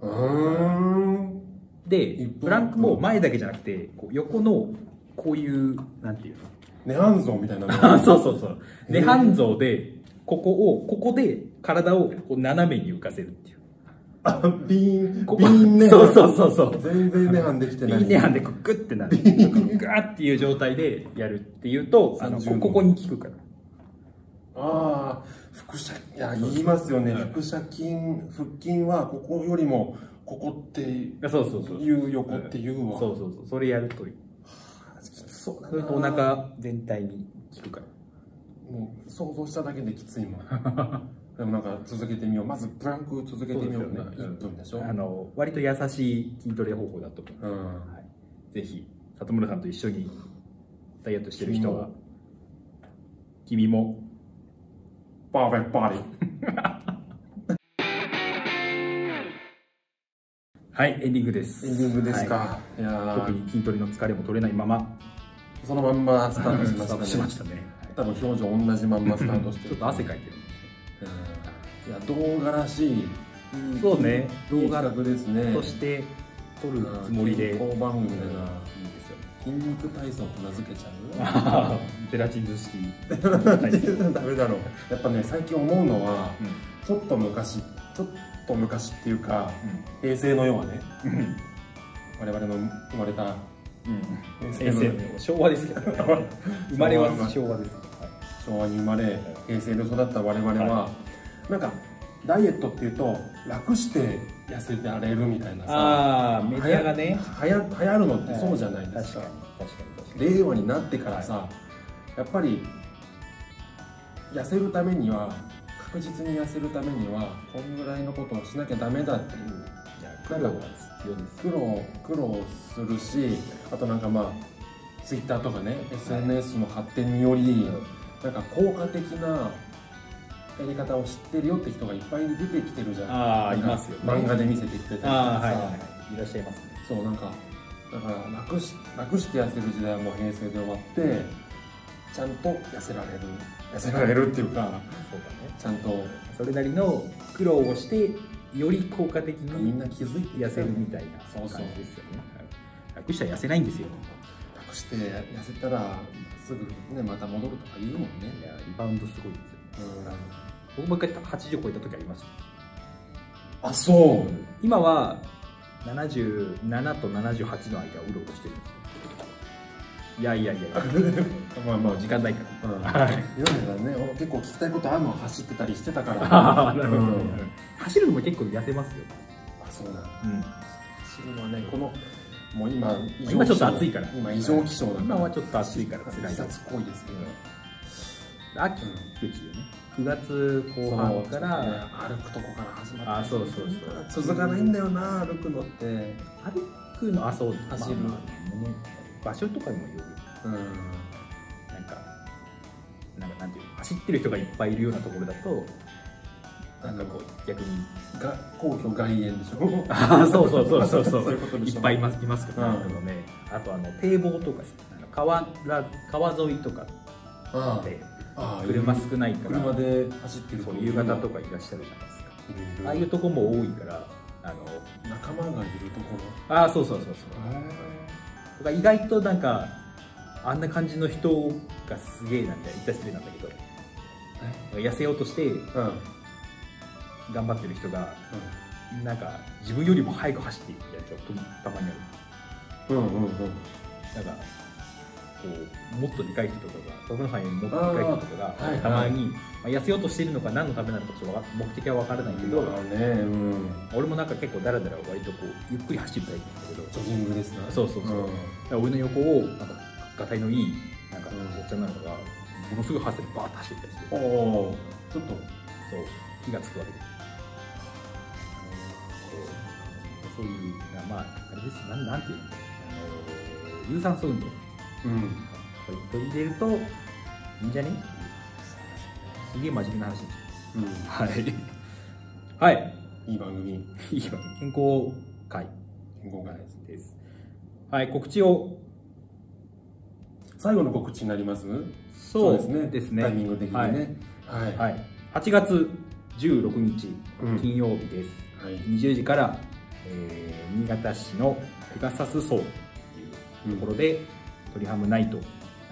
Speaker 2: うーん
Speaker 1: で
Speaker 2: 一本
Speaker 1: プランクも前だけじゃなくてこう横のこういうなんていうの
Speaker 2: ネハンゾンみたいなの
Speaker 1: あ *laughs* そうそうそう
Speaker 2: へ
Speaker 1: 涅
Speaker 2: ー
Speaker 1: 槃像でここをここで体をこう斜めに浮かせるっていう
Speaker 2: ビーン
Speaker 1: ここ
Speaker 2: ビーンネハン
Speaker 1: そうそうそうそう
Speaker 2: 全然ネハンできて
Speaker 1: ビ
Speaker 2: ない
Speaker 1: ーネハンでこうグッてなるグーっていう状態でやるっていうとあの
Speaker 2: 30
Speaker 1: こここに効くから
Speaker 2: ああ腹斜いや言いますよね
Speaker 1: はい
Speaker 2: 腹斜筋腹筋はここよりもここってい
Speaker 1: あそうそうそう
Speaker 2: う横っていうわ
Speaker 1: そうそうそうそれやるという
Speaker 2: きつそうだ
Speaker 1: それ
Speaker 2: な
Speaker 1: とお腹全体に効くから
Speaker 2: もう想像しただけできついもん *laughs* でもなんか続けてみようまずプランク続けてみよう
Speaker 1: そうですよね
Speaker 2: 1分でしょ
Speaker 1: あの割と優しい筋トレ方法だと思う
Speaker 2: うん
Speaker 1: ぜひ里村さんと一緒にダイエットしてる人は君も
Speaker 2: パーフェクトボディ
Speaker 1: はいエンディングです
Speaker 2: エンディングですか、、
Speaker 1: はい
Speaker 2: やー
Speaker 1: 特に筋トレの疲れも取れないまま
Speaker 2: そのまんまスタートしま
Speaker 1: スタート
Speaker 2: し
Speaker 1: したま
Speaker 2: ね
Speaker 1: したね
Speaker 2: 多分表情同じまんまスタートし
Speaker 1: ち
Speaker 2: てる
Speaker 1: ょっと汗かいてる
Speaker 2: うんいや動画らしいいい
Speaker 1: そうね
Speaker 2: いい
Speaker 1: 動画
Speaker 2: 企画ですね
Speaker 1: として撮るつもりでいいで
Speaker 2: 健康番組だな
Speaker 1: す *laughs* よね
Speaker 2: 筋肉体操と名付けち *laughs* ゃ
Speaker 1: ゼラチン図式
Speaker 2: うダメだろうやっぱね最近思うのはちょっと昔ちょっと昔っていうか平成のようはね我々の生まれた
Speaker 1: 先生昭和ですけどね生まれは昭和ですけどはい
Speaker 2: 昭和に生まれ平成で育った我々は、
Speaker 1: は
Speaker 2: なんかダイエットっていうと楽して痩せられるみたいなさ
Speaker 1: ああメディアがね
Speaker 2: はや流行るのってそうじゃないで
Speaker 1: 確
Speaker 2: すか、
Speaker 1: かに確かに確かに
Speaker 2: 令和になってからさ、やっぱり痩せるためには確実に痩せるためにはこんぐらいのことをしなきゃダメだっていう
Speaker 1: いや
Speaker 2: 苦労は
Speaker 1: 必要です
Speaker 2: 苦労苦労するしあとなんかまあツイッターとかね SNS の発展により、なんか効果的なやり方を知ってるよって人がいっぱい出てきてるじゃん
Speaker 1: ああ
Speaker 2: ないんか
Speaker 1: ますよ、ね、
Speaker 2: 漫画で見せてくれたりとかさ、
Speaker 1: ああはいはいはいいらっしゃいますね
Speaker 2: そうなんかだから楽し楽して痩せる時代はもう平成で終わってちゃんと痩せられる痩せられるっていうか
Speaker 1: そうだね
Speaker 2: ちゃんと
Speaker 1: それなりの苦労をしてより効果的
Speaker 2: みん
Speaker 1: に
Speaker 2: な気づいて
Speaker 1: 痩せるみたいな
Speaker 2: そう
Speaker 1: 感
Speaker 2: そ
Speaker 1: じ
Speaker 2: う
Speaker 1: ですよねはい楽したら痩せないんですよ
Speaker 2: 楽して痩せたらすぐねまた戻るとか言うもんね
Speaker 1: いやリバウンドすごいですよね
Speaker 2: うん
Speaker 1: 僕も一回80超えた時ありました
Speaker 2: あそう
Speaker 1: 今は77と78の間をうろうろしてるんですよいやいやいやいや
Speaker 2: まあまあ
Speaker 1: 時間ないから
Speaker 2: うん、
Speaker 1: はい
Speaker 2: 今までね俺結構聞きたいことあるの走ってたりしてたから *laughs*
Speaker 1: ああなるほど、
Speaker 2: うん
Speaker 1: 走るのも結構痩せますよ、
Speaker 2: あそうなんだ
Speaker 1: うん
Speaker 2: 走るのはねこのもう今異常
Speaker 1: 今ちょっと暑いから
Speaker 2: 今異常気象だから
Speaker 1: 今はちょっと暑いから辛い
Speaker 2: 自殺行為ですけど、
Speaker 1: 秋口よね9月後半から、
Speaker 2: 歩くとこから始ま
Speaker 1: あ
Speaker 2: って
Speaker 1: そうそうそう
Speaker 2: 続かないんだよな歩くのってうん
Speaker 1: 歩くのあそう
Speaker 2: 走る
Speaker 1: まあまあもの場所とかにもよるなんかなんかなんていうの走ってる人がいっぱいいるようなところだとなんかこう逆に
Speaker 2: が皇居外苑でしょ
Speaker 1: あそうそうそうそうそう
Speaker 2: そういうことで
Speaker 1: い
Speaker 2: しょ
Speaker 1: っぱいいますいますけど、
Speaker 2: うん
Speaker 1: あのねあとあの堤防とかさなんか川ら川沿いとか
Speaker 2: あ
Speaker 1: で
Speaker 2: あああ
Speaker 1: 車少ないから
Speaker 2: 車で走ってる
Speaker 1: そ
Speaker 2: 人
Speaker 1: う
Speaker 2: もい
Speaker 1: 夕
Speaker 2: る
Speaker 1: 方とかいらっしゃるじゃないですかああいうとこも多いからあの
Speaker 2: 仲間がいるとこ
Speaker 1: あそうそうそうそう
Speaker 2: ろ
Speaker 1: 僕は意外となんかあんな感じの人がすげえなみたいな言ったら失礼なんだけど痩せようとして
Speaker 2: うんうん
Speaker 1: 頑張ってる人がなんか自分よりも速く走っていくみたいな人がたまにある
Speaker 2: うんうんう
Speaker 1: なん
Speaker 2: ん
Speaker 1: かこうもっとでかい人とかが僕の範囲よりもっとでかい人とかが
Speaker 2: あーはいはい
Speaker 1: たまに、まあ、痩せようとしているのか何のためなのかちょっとわか目的は分からないけど、
Speaker 2: まあねうん
Speaker 1: 俺もなんか結構だらだら割とこうゆっくり走るタイプなんだけど
Speaker 2: ジョギングですね
Speaker 1: そうそうそうだから俺の横をなんかがたいのいいなんかおっちゃんなのがものすごい走ってバーッと走ってたりして
Speaker 2: おおーちょっと
Speaker 1: そう火がつくわけですそういうまああれですなんなんていうのあの有酸素運動
Speaker 2: うん
Speaker 1: 取り入れるといいんじゃねすげえ真面目な話です
Speaker 2: う
Speaker 1: はいはい
Speaker 2: んいい番組
Speaker 1: いいよ健康会
Speaker 2: 今回です
Speaker 1: ですはい告知を
Speaker 2: 最後の告知になります
Speaker 1: そう
Speaker 2: ですね
Speaker 1: ですね
Speaker 2: タイミング的にねはい
Speaker 1: はい8月16日
Speaker 2: うん
Speaker 1: 金曜日です、
Speaker 2: はい
Speaker 1: 20時から、えー新潟市のペガサス荘というところで、鳥ハムナイトあ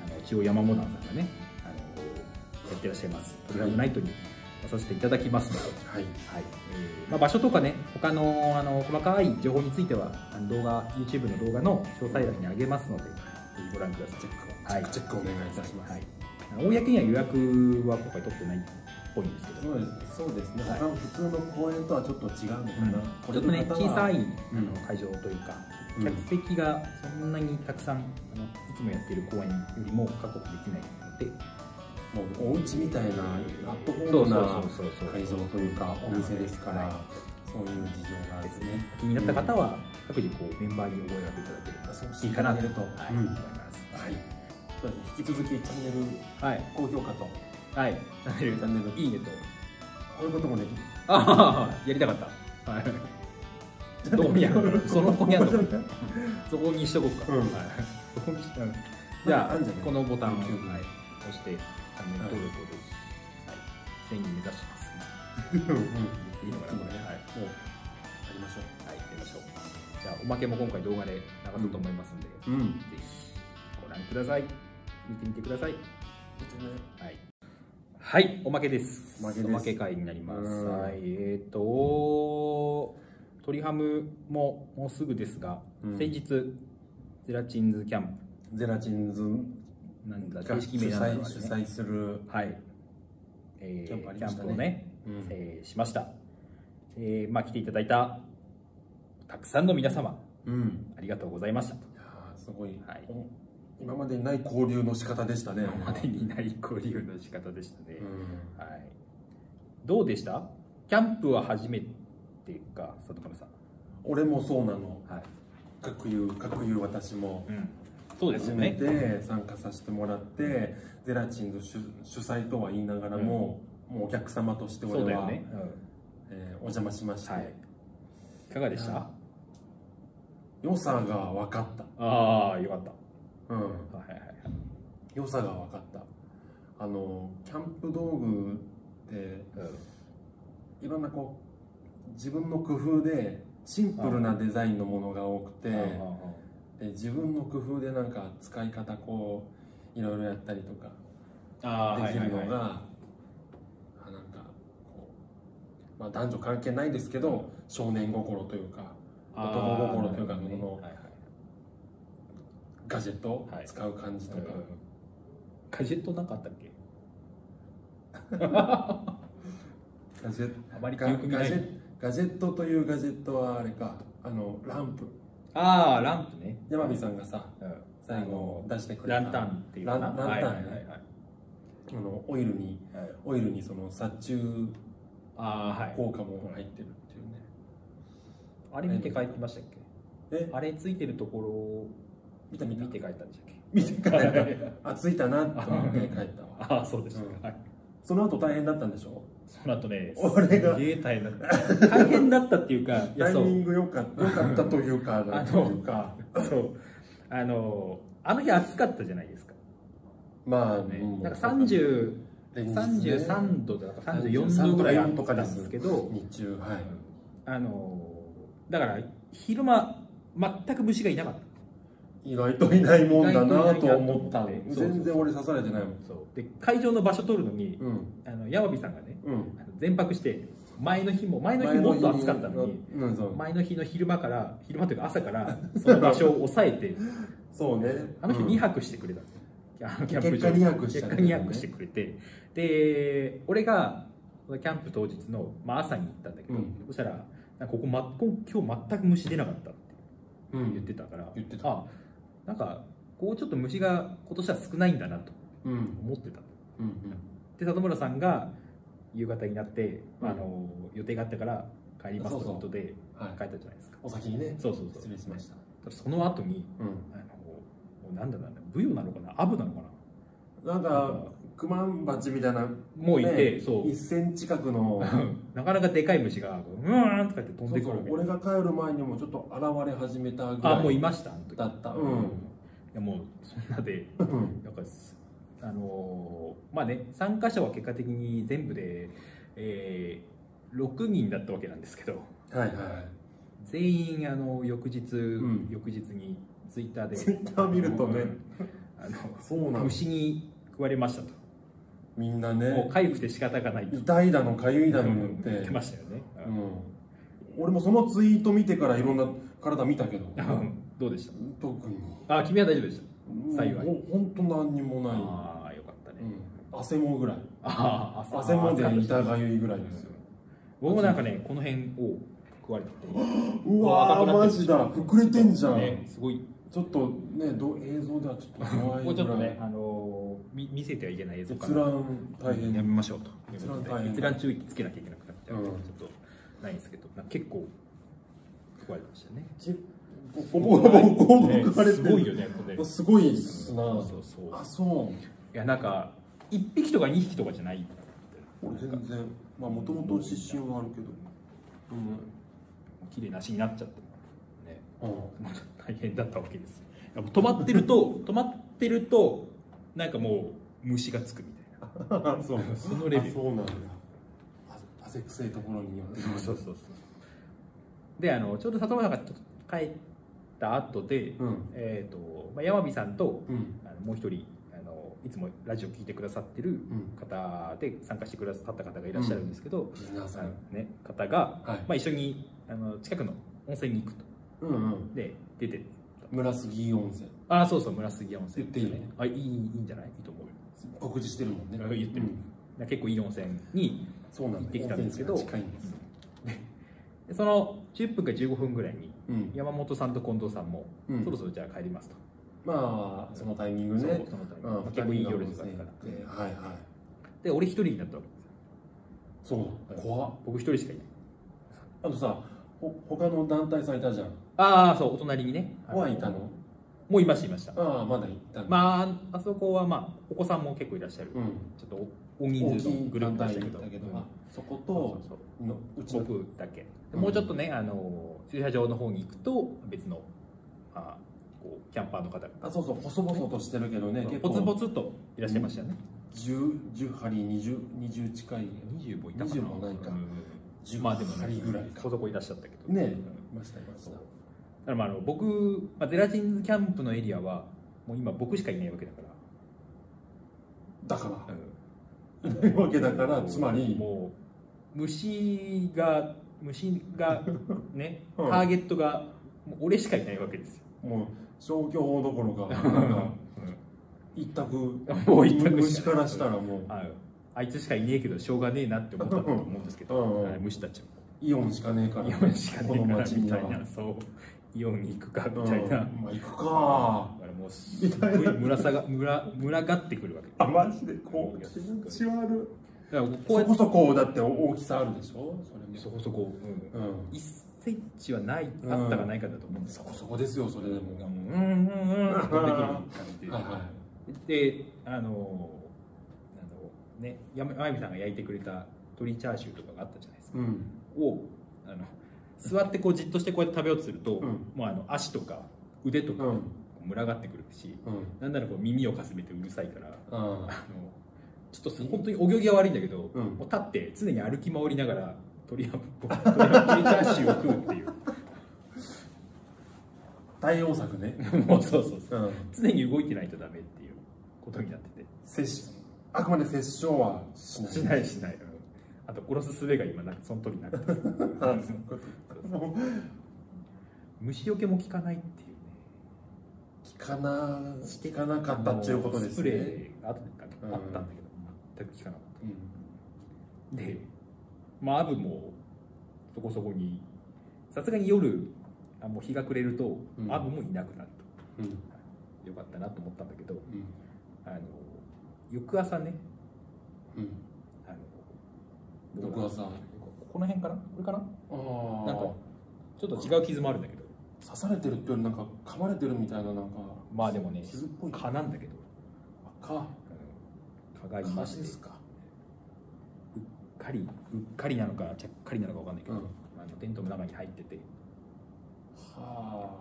Speaker 1: の千代山モダンさんがねあのやってらっしゃいます鳥ハムナイトに出させていただきますので、
Speaker 2: はい
Speaker 1: はいえーまあ、場所とかね他のあの細かい情報についてはあの動画 YouTube の動画の詳細欄に上げますのでぜひご覧ください
Speaker 2: チェックを
Speaker 1: はい
Speaker 2: チェックお願いいたします
Speaker 1: はい、公には予約は今回取ってないっぽいんですけど
Speaker 2: そうですそうですね、
Speaker 1: はい
Speaker 2: 他の普通の公園とはちょっと違うのかな、
Speaker 1: ちょっとね小さいあ
Speaker 2: うん
Speaker 1: の会場というか、
Speaker 2: うん
Speaker 1: 客席がそんなにたくさんあのいつもやってる公演よりも確保できないので
Speaker 2: もうお家みたいなアットホームな会場というかお店ですから、
Speaker 1: は
Speaker 2: そういう事情があるんですね
Speaker 1: 気になった方は各自こうメンバーにお声掛けいただければ
Speaker 2: そう
Speaker 1: いいかなと、
Speaker 2: 聞いていただけると
Speaker 1: はい
Speaker 2: うん
Speaker 1: 思います
Speaker 2: はいそうですね引き続きチャンネル
Speaker 1: はい
Speaker 2: 高評価と
Speaker 1: はいチャンネル
Speaker 2: チャンネル
Speaker 1: いいねと
Speaker 2: こういうこともできる
Speaker 1: ああやりたかったはいどこにあるの *laughs* そのこにあるのそこにしとこうか、
Speaker 2: うん
Speaker 1: はいそこにしうんじゃ
Speaker 2: あ
Speaker 1: あ
Speaker 2: んじゃない
Speaker 1: このボタンを、
Speaker 2: うん
Speaker 1: はい押してチャンネル登録をぜひ、はい、1000人目指します
Speaker 2: うんう
Speaker 1: いい
Speaker 2: ん
Speaker 1: のかなこれねはい
Speaker 2: もうありましょ
Speaker 1: はい、やりましょう。じゃあ、おまけも今回動画で流そうと思いますんで、
Speaker 2: ううん
Speaker 1: ぜひご覧ください。見てみてください。はい。はい、おまけです。
Speaker 2: おまけです
Speaker 1: 会になりま
Speaker 2: う
Speaker 1: す。
Speaker 2: ん
Speaker 1: はい、えっ、と、鳥ハムももうすぐですが、
Speaker 2: うん
Speaker 1: 先日、ゼラチンズキャン
Speaker 2: ゼラチンズ
Speaker 1: プ、なんだ、
Speaker 2: が
Speaker 1: 正
Speaker 2: 主
Speaker 1: 式名なんだ、
Speaker 2: 催主催する
Speaker 1: はい、えー
Speaker 2: キャンプあり
Speaker 1: キ
Speaker 2: ま
Speaker 1: ャ
Speaker 2: し
Speaker 1: ン
Speaker 2: たね
Speaker 1: プをね、
Speaker 2: うん
Speaker 1: えーしました。えーまあ、来ていただいた、たくさんの皆様、
Speaker 2: うん
Speaker 1: ありがとうございました。
Speaker 2: いやーすごい、
Speaker 1: はい
Speaker 2: お今までにない交流の仕方でしたね
Speaker 1: 今までにない交流の仕方でしたね
Speaker 2: う、ん
Speaker 1: はい、どうでしたキャンプは初めてか佐藤亀さん、
Speaker 2: 俺もそうなの
Speaker 1: はい
Speaker 2: 各有各有私も
Speaker 1: うん、そうです
Speaker 2: 初
Speaker 1: よ
Speaker 2: め
Speaker 1: ね
Speaker 2: て参加させてもらって、ゼラチンズ主主催とは言いながらも、もうお客様として
Speaker 1: そうだ
Speaker 2: 俺
Speaker 1: よ
Speaker 2: は、
Speaker 1: ね、
Speaker 2: えーお邪魔しまし
Speaker 1: う
Speaker 2: て、
Speaker 1: んはい、いかがでした、
Speaker 2: は良さが分かっ
Speaker 1: ああよかった
Speaker 2: た、うん、
Speaker 1: はいはいはい
Speaker 2: 良さが分かったあのキャンプ道具っていろんなこう自分の工夫でシンプルなデザインのものが多くて、
Speaker 1: うん
Speaker 2: で自分の工夫でなんか使い方こういろいろやったりとか
Speaker 1: あー
Speaker 2: できるのが、
Speaker 1: はいはいはい
Speaker 2: あなんかこう、まあ、男女関係ないですけど少年心というか男心というか
Speaker 1: あーなるほど
Speaker 2: この
Speaker 1: ねはいはい
Speaker 2: ガジェットを
Speaker 1: はい
Speaker 2: 使う感じとか、
Speaker 1: ガジェットなかったっけ
Speaker 2: ガジェ
Speaker 1: あまり記
Speaker 2: ガ
Speaker 1: 憶にな
Speaker 2: ガジ
Speaker 1: い
Speaker 2: ェガジェットというガジェットはあれかあのランプ
Speaker 1: ああランプね
Speaker 2: 山火さんがさ
Speaker 1: うん
Speaker 2: 最後出してくれた
Speaker 1: ランタンっていうかな
Speaker 2: ランランタンね
Speaker 1: はいはいはいはい
Speaker 2: あのオイルに
Speaker 4: はい
Speaker 2: オイルにその殺虫
Speaker 4: ああはい
Speaker 2: 効果も入ってるっていうね、
Speaker 4: あれ見て帰ってましたっ
Speaker 2: え
Speaker 4: けあれついてるところを
Speaker 2: 見た見た
Speaker 4: 見て帰ったんでしたっけ
Speaker 2: 見て帰っ
Speaker 4: *laughs*
Speaker 2: たあついたなと思って帰ったわ
Speaker 4: ああそうでした、
Speaker 2: うん
Speaker 4: はい
Speaker 2: その後大変だったんでしょ
Speaker 4: その後ね
Speaker 2: 俺が
Speaker 4: すげえ大変だった大変だったって *laughs* いうかい
Speaker 2: タ
Speaker 4: や
Speaker 2: イ
Speaker 4: そ
Speaker 2: ミ
Speaker 4: う
Speaker 2: ング良かった良かったという
Speaker 4: *laughs*
Speaker 2: かなんというか
Speaker 4: そうあのあの日暑かったじゃないですか、
Speaker 2: まあ
Speaker 4: ね
Speaker 2: うん
Speaker 4: なんか30
Speaker 2: 連日ね
Speaker 4: 33度とか34度ぐらいあったんですけど
Speaker 2: 日中はい
Speaker 4: あのだから昼間全く虫がいなかった
Speaker 2: 意外といないもんだなと思った
Speaker 4: 意外といないなと思って
Speaker 2: 全然俺刺されてないもん
Speaker 4: そうで会場の場所取るのに
Speaker 2: うん
Speaker 4: あの山火さんがね
Speaker 2: うん
Speaker 4: あの全泊して前の日も前の日もっと暑かったのに
Speaker 2: うんそう
Speaker 4: 前の日の昼間から昼間というか朝からその場所を抑えて
Speaker 2: そうね
Speaker 4: あの日
Speaker 2: うん
Speaker 4: 2泊してくれたんですよあのキャンプ
Speaker 2: 結
Speaker 4: 場
Speaker 2: 果2泊しちゃ
Speaker 4: 結
Speaker 2: っ
Speaker 4: 果
Speaker 2: た
Speaker 4: 2泊してくれてで俺がキャンプ当日の、まあ、朝に行ったんだけど、
Speaker 2: うん
Speaker 4: そしたらなんかここ、ま、こ今日全く虫出なかったって
Speaker 2: う
Speaker 4: 言っ
Speaker 2: ん
Speaker 4: てたから
Speaker 2: 言ってた
Speaker 4: あなんかこうちょっと虫が今年は少ないんだなと
Speaker 2: うんうん
Speaker 4: 思ってた
Speaker 2: うん
Speaker 4: で里村さんが夕方になって、まあ、あの予定があったから帰りますということで
Speaker 2: はい
Speaker 4: 帰ったじゃないですか
Speaker 2: お先にね
Speaker 4: そうそうそう
Speaker 2: 失礼しました
Speaker 4: その後に
Speaker 2: うん
Speaker 4: あのもうなんだろうなブヨなのかなアブなのかな
Speaker 2: なんかクマンバチみたいな
Speaker 4: もういて、
Speaker 2: ね
Speaker 4: そう
Speaker 2: 1センチ角の
Speaker 4: なかなかでかい虫がうわーんとかって飛ん
Speaker 2: そ
Speaker 4: で
Speaker 2: う
Speaker 4: く
Speaker 2: そ
Speaker 4: る
Speaker 2: う
Speaker 4: わけ
Speaker 2: 俺が帰る前にもちょっと現れ始めたぐ
Speaker 4: あも
Speaker 2: ら
Speaker 4: うい
Speaker 2: い
Speaker 4: ましたあの時
Speaker 2: だったう
Speaker 4: い
Speaker 2: ん
Speaker 4: やもうそんなで
Speaker 2: うん
Speaker 4: なんかすあのーまあね参加者は結果的に全部で、えー、6人だったわけなんですけど
Speaker 2: はいはい
Speaker 4: 全員あの翌日、
Speaker 2: ん
Speaker 4: 翌日にツイッターで
Speaker 2: ツイッター見るとね
Speaker 4: あの
Speaker 2: そうなの
Speaker 4: 虫に食われましたと
Speaker 2: みんな
Speaker 4: も
Speaker 2: ね
Speaker 4: う痒くて仕方がないと
Speaker 2: 痛いだのかゆいだの言っ
Speaker 4: 言っててましたよね、
Speaker 2: うん俺もそのツイート見てからいろんな体見たけど
Speaker 4: うんどうでし
Speaker 2: 特に
Speaker 4: たあ君は大丈夫でした幸い
Speaker 2: もうほんと何にもない
Speaker 4: ああよかったね、
Speaker 2: うん汗もぐらい
Speaker 4: ああ
Speaker 2: 汗もで
Speaker 4: い
Speaker 2: 痛がゆいぐらいですよ
Speaker 4: 僕もなんかねこの辺を食われてて
Speaker 2: うわーマジだ膨れてんじゃん、
Speaker 4: ねすごい
Speaker 2: ちょっとねどう映像ではちょっと怖い
Speaker 4: も
Speaker 2: ぐ
Speaker 4: うちょっと
Speaker 2: ら
Speaker 4: ね
Speaker 2: い
Speaker 4: あのーみ見せてはいけない映像か
Speaker 2: 閲
Speaker 4: な
Speaker 2: 覧大変
Speaker 4: やめましょうと
Speaker 2: 閲覧大変
Speaker 4: 閲覧注意つけなきゃいけなくなっちゃう
Speaker 2: うん
Speaker 4: ちょっとないんですけどなんか結構食われてましたね
Speaker 2: 結構ボコボコボコボコ
Speaker 4: ね
Speaker 2: 書かれ
Speaker 4: す
Speaker 2: て
Speaker 4: ごい
Speaker 2: る
Speaker 4: よねこれ
Speaker 2: あ
Speaker 4: そう
Speaker 2: すごいっすな
Speaker 4: そうそう
Speaker 2: あそう
Speaker 4: いやなんか1匹とか2匹とかじゃない
Speaker 2: 俺全然まあもともと湿疹はあるけどうん
Speaker 4: 綺麗な足になっちゃったね
Speaker 2: うん
Speaker 4: まあ大変だったわけですよいやもう止まってると止まってるとなんかもう虫がつくみたいな *laughs* そうそのレベル
Speaker 2: あそうなんだあ汗臭いところによって
Speaker 4: *laughs* そうそうそうであのちょうど里村さんがちょっと帰った後で、
Speaker 2: うん
Speaker 4: えーとまあ、山美さんと
Speaker 2: うん
Speaker 4: あのもう一人あのいつもラジオ聞いてくださってる
Speaker 2: うん
Speaker 4: 方で参加してくださった方がいらっしゃるんですけど、
Speaker 2: 皆さ
Speaker 4: あの
Speaker 2: ん
Speaker 4: ね、方が、
Speaker 2: はい
Speaker 4: まあ、一緒にあの近くの温泉に行くと
Speaker 2: うんうん
Speaker 4: で出て
Speaker 2: 村杉温泉
Speaker 4: ああそうそう村杉温泉
Speaker 2: 言っていい
Speaker 4: あいいいいんじゃないいいと思うよ
Speaker 2: 告示してるもんね
Speaker 4: あ言ってる
Speaker 2: うん
Speaker 4: なんか結構いい温泉に
Speaker 2: そうなんだ
Speaker 4: 行ってきたんですけど
Speaker 2: 温泉地が近いんです
Speaker 4: でその10分か15分ぐらいに
Speaker 2: うん
Speaker 4: 山本さんと近藤さんも、
Speaker 2: うん
Speaker 4: そろそろじゃあ帰りますと、
Speaker 2: まあそのタイミング
Speaker 4: そう
Speaker 2: ね
Speaker 4: そのタイミング
Speaker 2: うん
Speaker 4: まあ結構いい夜時間だか
Speaker 2: 二人が温
Speaker 4: ら
Speaker 2: 泉行ってはいはい
Speaker 4: で俺一人になったわけですよ
Speaker 2: そうだ怖っ
Speaker 4: 僕一人しかいない
Speaker 2: あとさほ他の団体さんいたじゃん
Speaker 4: ああそうお隣にねあ
Speaker 2: はいたの
Speaker 4: もういましたいました
Speaker 2: ああまだ行ったんだ
Speaker 4: まああそこはまあお子さんも結構いらっしゃる、
Speaker 2: う
Speaker 4: ち
Speaker 2: ん
Speaker 4: ょっとお大
Speaker 2: 大
Speaker 4: 人数
Speaker 2: き
Speaker 4: の
Speaker 2: い
Speaker 4: グルー
Speaker 2: 団
Speaker 4: プで
Speaker 2: 体
Speaker 4: し
Speaker 2: だ
Speaker 4: た
Speaker 2: ったけ
Speaker 4: けど
Speaker 2: ど
Speaker 4: うん
Speaker 2: あそこ
Speaker 4: そ
Speaker 2: と
Speaker 4: うそう
Speaker 2: のうち
Speaker 4: そう
Speaker 2: の
Speaker 4: 僕だけで
Speaker 2: うん
Speaker 4: もうちょっとね、あの駐車場の方に行くと別のあこうキャンパーの方が
Speaker 2: あそうそう細々としてるけどね結
Speaker 4: ポツポ
Speaker 2: 構
Speaker 4: ツといらっしゃいましたよね、
Speaker 2: 10 10針20 20近い
Speaker 4: 20もいたかな
Speaker 2: 20もないか
Speaker 4: うん
Speaker 2: 10
Speaker 4: まあでもね
Speaker 2: 針ぐらいか
Speaker 4: そこそこいらっしゃったけど
Speaker 2: ね
Speaker 4: うん
Speaker 2: いましたいまし
Speaker 4: そ
Speaker 2: た
Speaker 4: うだからまああの僕、まあ、ゼラチンズキャンプのエリアはもう今僕しかいないわけだか
Speaker 2: だから
Speaker 4: ら、
Speaker 2: というわけだからつまり
Speaker 4: もう虫が虫がね、
Speaker 2: うん
Speaker 4: ターゲットがもう俺しかいないわけですよ、
Speaker 2: もう消去法どころかなんか *laughs* 一択
Speaker 4: もう一択し
Speaker 2: 虫
Speaker 4: か
Speaker 2: からしたらもう
Speaker 4: ああいつしかいねえけどしょうがねえなって思ったと思うんですけど、
Speaker 2: うんうん
Speaker 4: はい虫たちも
Speaker 2: イオンしかねえから
Speaker 4: イオンしかね
Speaker 2: こ
Speaker 4: え
Speaker 2: の
Speaker 4: から
Speaker 2: 町
Speaker 4: み
Speaker 2: に
Speaker 4: た
Speaker 2: はい
Speaker 4: なそうイオンに行くかみたいな、
Speaker 2: うんまあ行く
Speaker 4: だか
Speaker 2: から
Speaker 4: もう
Speaker 2: ます。
Speaker 4: すごい村さが村村がってくるわけ
Speaker 2: あ、マジでこう、気持ち悪い。
Speaker 4: だからこう
Speaker 2: そ
Speaker 4: やっ
Speaker 2: こそこ、だって大きさあるでしょそれも。
Speaker 4: てそこそこ、
Speaker 2: う
Speaker 4: うん
Speaker 2: ん。
Speaker 4: 1センチはない
Speaker 2: ん
Speaker 4: あったかないかだと思うんです
Speaker 2: そこそこですよ、それでも。
Speaker 4: う
Speaker 2: は
Speaker 4: んうんうんうんって飛んでくる感
Speaker 2: い
Speaker 4: じで
Speaker 2: は
Speaker 4: であのあのね山山美さんが焼いてくれた鶏チャーシューとかがあったじゃないですか
Speaker 2: い。うん。
Speaker 4: をあの座ってこうじっとしてこうやって食べようとすると、
Speaker 2: うん
Speaker 4: もうあの足とか腕と
Speaker 2: う
Speaker 4: か
Speaker 2: ん。
Speaker 4: 群がってくるし、
Speaker 2: うん。
Speaker 4: なんならこう耳をかすめてうるさいから
Speaker 2: うん
Speaker 4: あのちょっとそ本当にお行儀が悪いんだけど、
Speaker 2: うん
Speaker 4: もう立って常に歩き回りながら鳥ハム鳥ハムチャーシューを食うって
Speaker 2: *laughs*
Speaker 4: いう
Speaker 2: 対応策ね。
Speaker 4: もうそうそうそう
Speaker 2: うん。
Speaker 4: 常に動いてないとダメっていうことになってて
Speaker 2: 接あくまで殺傷はしない。
Speaker 4: しないしない、うんあと殺す術が今なんかその鳥に
Speaker 2: *laughs*
Speaker 4: なくて
Speaker 2: も
Speaker 4: 虫除けも効かないっていうね
Speaker 2: う聞かな、聞かなかったっていうことで
Speaker 4: ス
Speaker 2: す
Speaker 4: プレ
Speaker 2: ね。
Speaker 4: ーが後でかけあったんだけど、全く効かなかっ
Speaker 2: うん
Speaker 4: たでまあアブもそこそこにさすがに夜あもう日が暮れると、
Speaker 2: うん
Speaker 4: アブもいなくなる
Speaker 2: うん。
Speaker 4: とよかったなと思ったんだけど
Speaker 2: うん。
Speaker 4: あの翌朝ね
Speaker 2: うん。
Speaker 4: あの
Speaker 2: 翌朝。
Speaker 4: この辺かなこれかな
Speaker 2: あ
Speaker 4: なんかちょっと違う傷もあるんだけど
Speaker 2: あ。刺されてるってよりなんか噛まれてるみたいななんか
Speaker 4: まあでもね
Speaker 2: 傷っぽい。
Speaker 4: 蚊なんだけど
Speaker 2: か。
Speaker 4: 蚊がい
Speaker 2: か
Speaker 4: ま
Speaker 2: で
Speaker 4: して
Speaker 2: すか。
Speaker 4: うっかりうっかりなのかちゃっかりなのかわかんないけ
Speaker 2: う
Speaker 4: ど、
Speaker 2: ん。は
Speaker 4: あのテントの中に入ってて
Speaker 2: あ。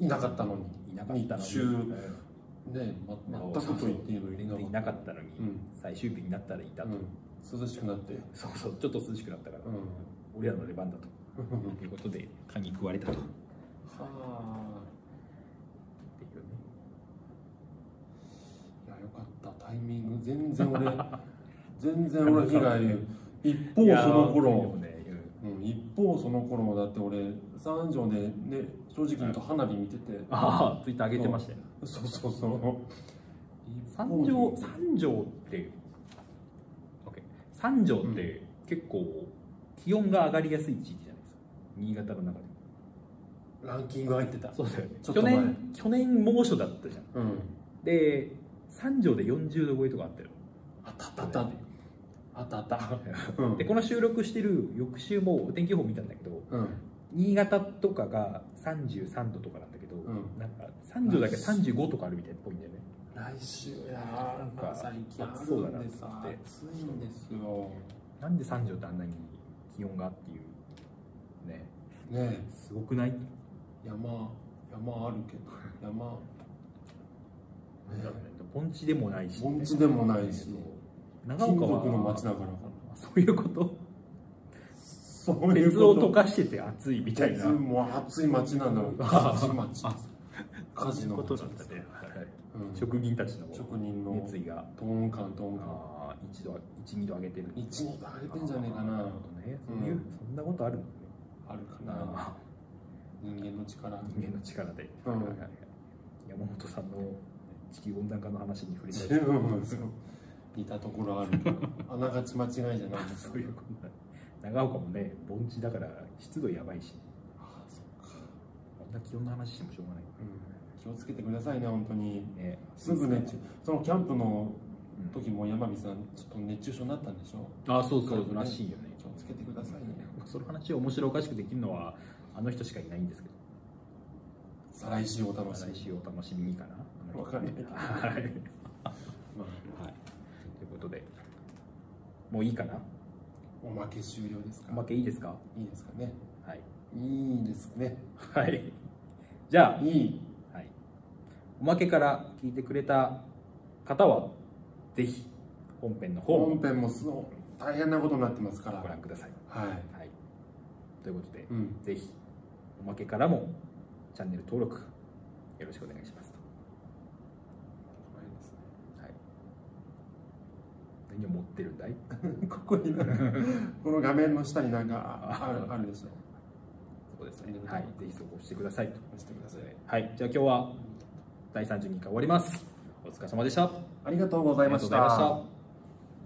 Speaker 2: いなかったのに。
Speaker 4: いなかったの
Speaker 2: 日中
Speaker 4: にうん
Speaker 2: ねえ、ま、全くと言っていいの
Speaker 4: 全然い
Speaker 2: に
Speaker 4: なかったのに、
Speaker 2: うん
Speaker 4: 最終日になったらいたと、
Speaker 2: うん。涼しくなって。
Speaker 4: そうそうちょっと涼しくなったか
Speaker 2: う
Speaker 4: ら、俺らの出番だ
Speaker 2: ん。
Speaker 4: ということで蚊に食われたとってい
Speaker 2: は
Speaker 4: うね
Speaker 2: あいやよかったタイミング全
Speaker 4: *laughs*
Speaker 2: 然俺全然俺被害一方その
Speaker 4: いやーでも
Speaker 2: 頃、
Speaker 4: ね、うん
Speaker 2: うん、一方その頃だって俺三条でね正直言うと花火見てて
Speaker 4: ああツイッター上げてましたよ
Speaker 2: そうそうそう
Speaker 4: 三条三条ってオッケー三条って結構気温が上がりやすい地域じゃないですか新潟の中で
Speaker 2: ランキング入ってた
Speaker 4: そうだよね
Speaker 2: ちょっ
Speaker 4: 去
Speaker 2: と前
Speaker 4: 年去年猛暑だったじゃん
Speaker 2: うん
Speaker 4: で三条で40度超えとかあったよ
Speaker 2: あったあったあったあったあったうん
Speaker 4: でこの収録してる翌週もお天気予報見たんだけど
Speaker 2: うん
Speaker 4: 新潟とかが33度とかなんだけど、
Speaker 2: ん
Speaker 4: なんか三条だけ35とかあるみたいっぽいんだよね
Speaker 2: 来週やな
Speaker 4: な
Speaker 2: んん
Speaker 4: か
Speaker 2: か最近あ
Speaker 4: 暑そうだな
Speaker 2: る
Speaker 4: っ
Speaker 2: ん
Speaker 4: て
Speaker 2: でさ暑いんですよ
Speaker 4: なんで三条ってあんなに気温がっていうね
Speaker 2: ねえ
Speaker 4: すごくない
Speaker 2: 山山あるけど山ねえ
Speaker 4: 盆地でもないし、
Speaker 2: 盆地でもないし
Speaker 4: そう長
Speaker 2: 金
Speaker 4: 岡は
Speaker 2: 属の街だから
Speaker 4: そういうこと
Speaker 2: そう
Speaker 4: 熱を溶かしてて熱いみたいな
Speaker 2: 熱もう暑い街なんだ
Speaker 4: *laughs*
Speaker 2: ろう火事町火事の
Speaker 4: こと
Speaker 2: 街
Speaker 4: なんだね、はい
Speaker 2: うん
Speaker 4: 職人たちの
Speaker 2: 職人の
Speaker 4: 熱意が
Speaker 2: トーン感トーン感
Speaker 4: あー一度一二度上げてる
Speaker 2: 一二度上げてんじゃねえかな
Speaker 4: あーるほどねそういううんそんなことあるのね
Speaker 2: あるかな
Speaker 4: あ
Speaker 2: 人間の力
Speaker 4: ー人間の力で、
Speaker 2: うん
Speaker 4: はいはいはい山本さんの地球温暖化の話に触れた
Speaker 2: 十
Speaker 4: り
Speaker 2: 分そう似たところあるけどあながち間違いじゃないです
Speaker 4: *laughs* そういうことだ長岡もね盆地だから湿度やばいし
Speaker 2: あそっか
Speaker 4: こんな気温の話してもしょうがない
Speaker 2: 気をつけてくださいね本当に
Speaker 4: ね
Speaker 2: すぐねそのキャンプの
Speaker 4: うん
Speaker 2: 時も山火さんちょっと熱中症になったんでしょ
Speaker 4: あーそうそうらしいよね
Speaker 2: 気をつけてくださいね
Speaker 4: その話を面白おかしくできるのはあの人しかいないんですけど
Speaker 2: 再来週お楽しみ
Speaker 4: 来週お楽しみにかなあの人
Speaker 2: わかんない
Speaker 4: はい、はい、
Speaker 2: まあ
Speaker 4: ということでもういいかな
Speaker 2: おまけ終了です
Speaker 4: お
Speaker 2: か
Speaker 4: まけいいですか
Speaker 2: いいですかね
Speaker 4: はい
Speaker 2: いいですね
Speaker 4: はいじゃ
Speaker 2: いい
Speaker 4: あ、はい、おまけから聞いてくれた方はぜひ本編の方も
Speaker 2: 本編もすごい大変なことになってますから
Speaker 4: ご覧ください、
Speaker 2: はい
Speaker 4: はい、ということで
Speaker 2: うん
Speaker 4: ぜひおまけからもチャンネル登録よろしくお願いしますとはい。何を持ってるんだい
Speaker 2: ここになんか *laughs* この画面の下になんかああるあるでしょ
Speaker 4: そうです
Speaker 2: ね
Speaker 4: はい。ぜひそこをしてくださいと。
Speaker 2: 押してください
Speaker 4: はい。じゃあ今日は第32回終わります。お疲れ様でした。あ
Speaker 2: ありがとうございました
Speaker 4: た。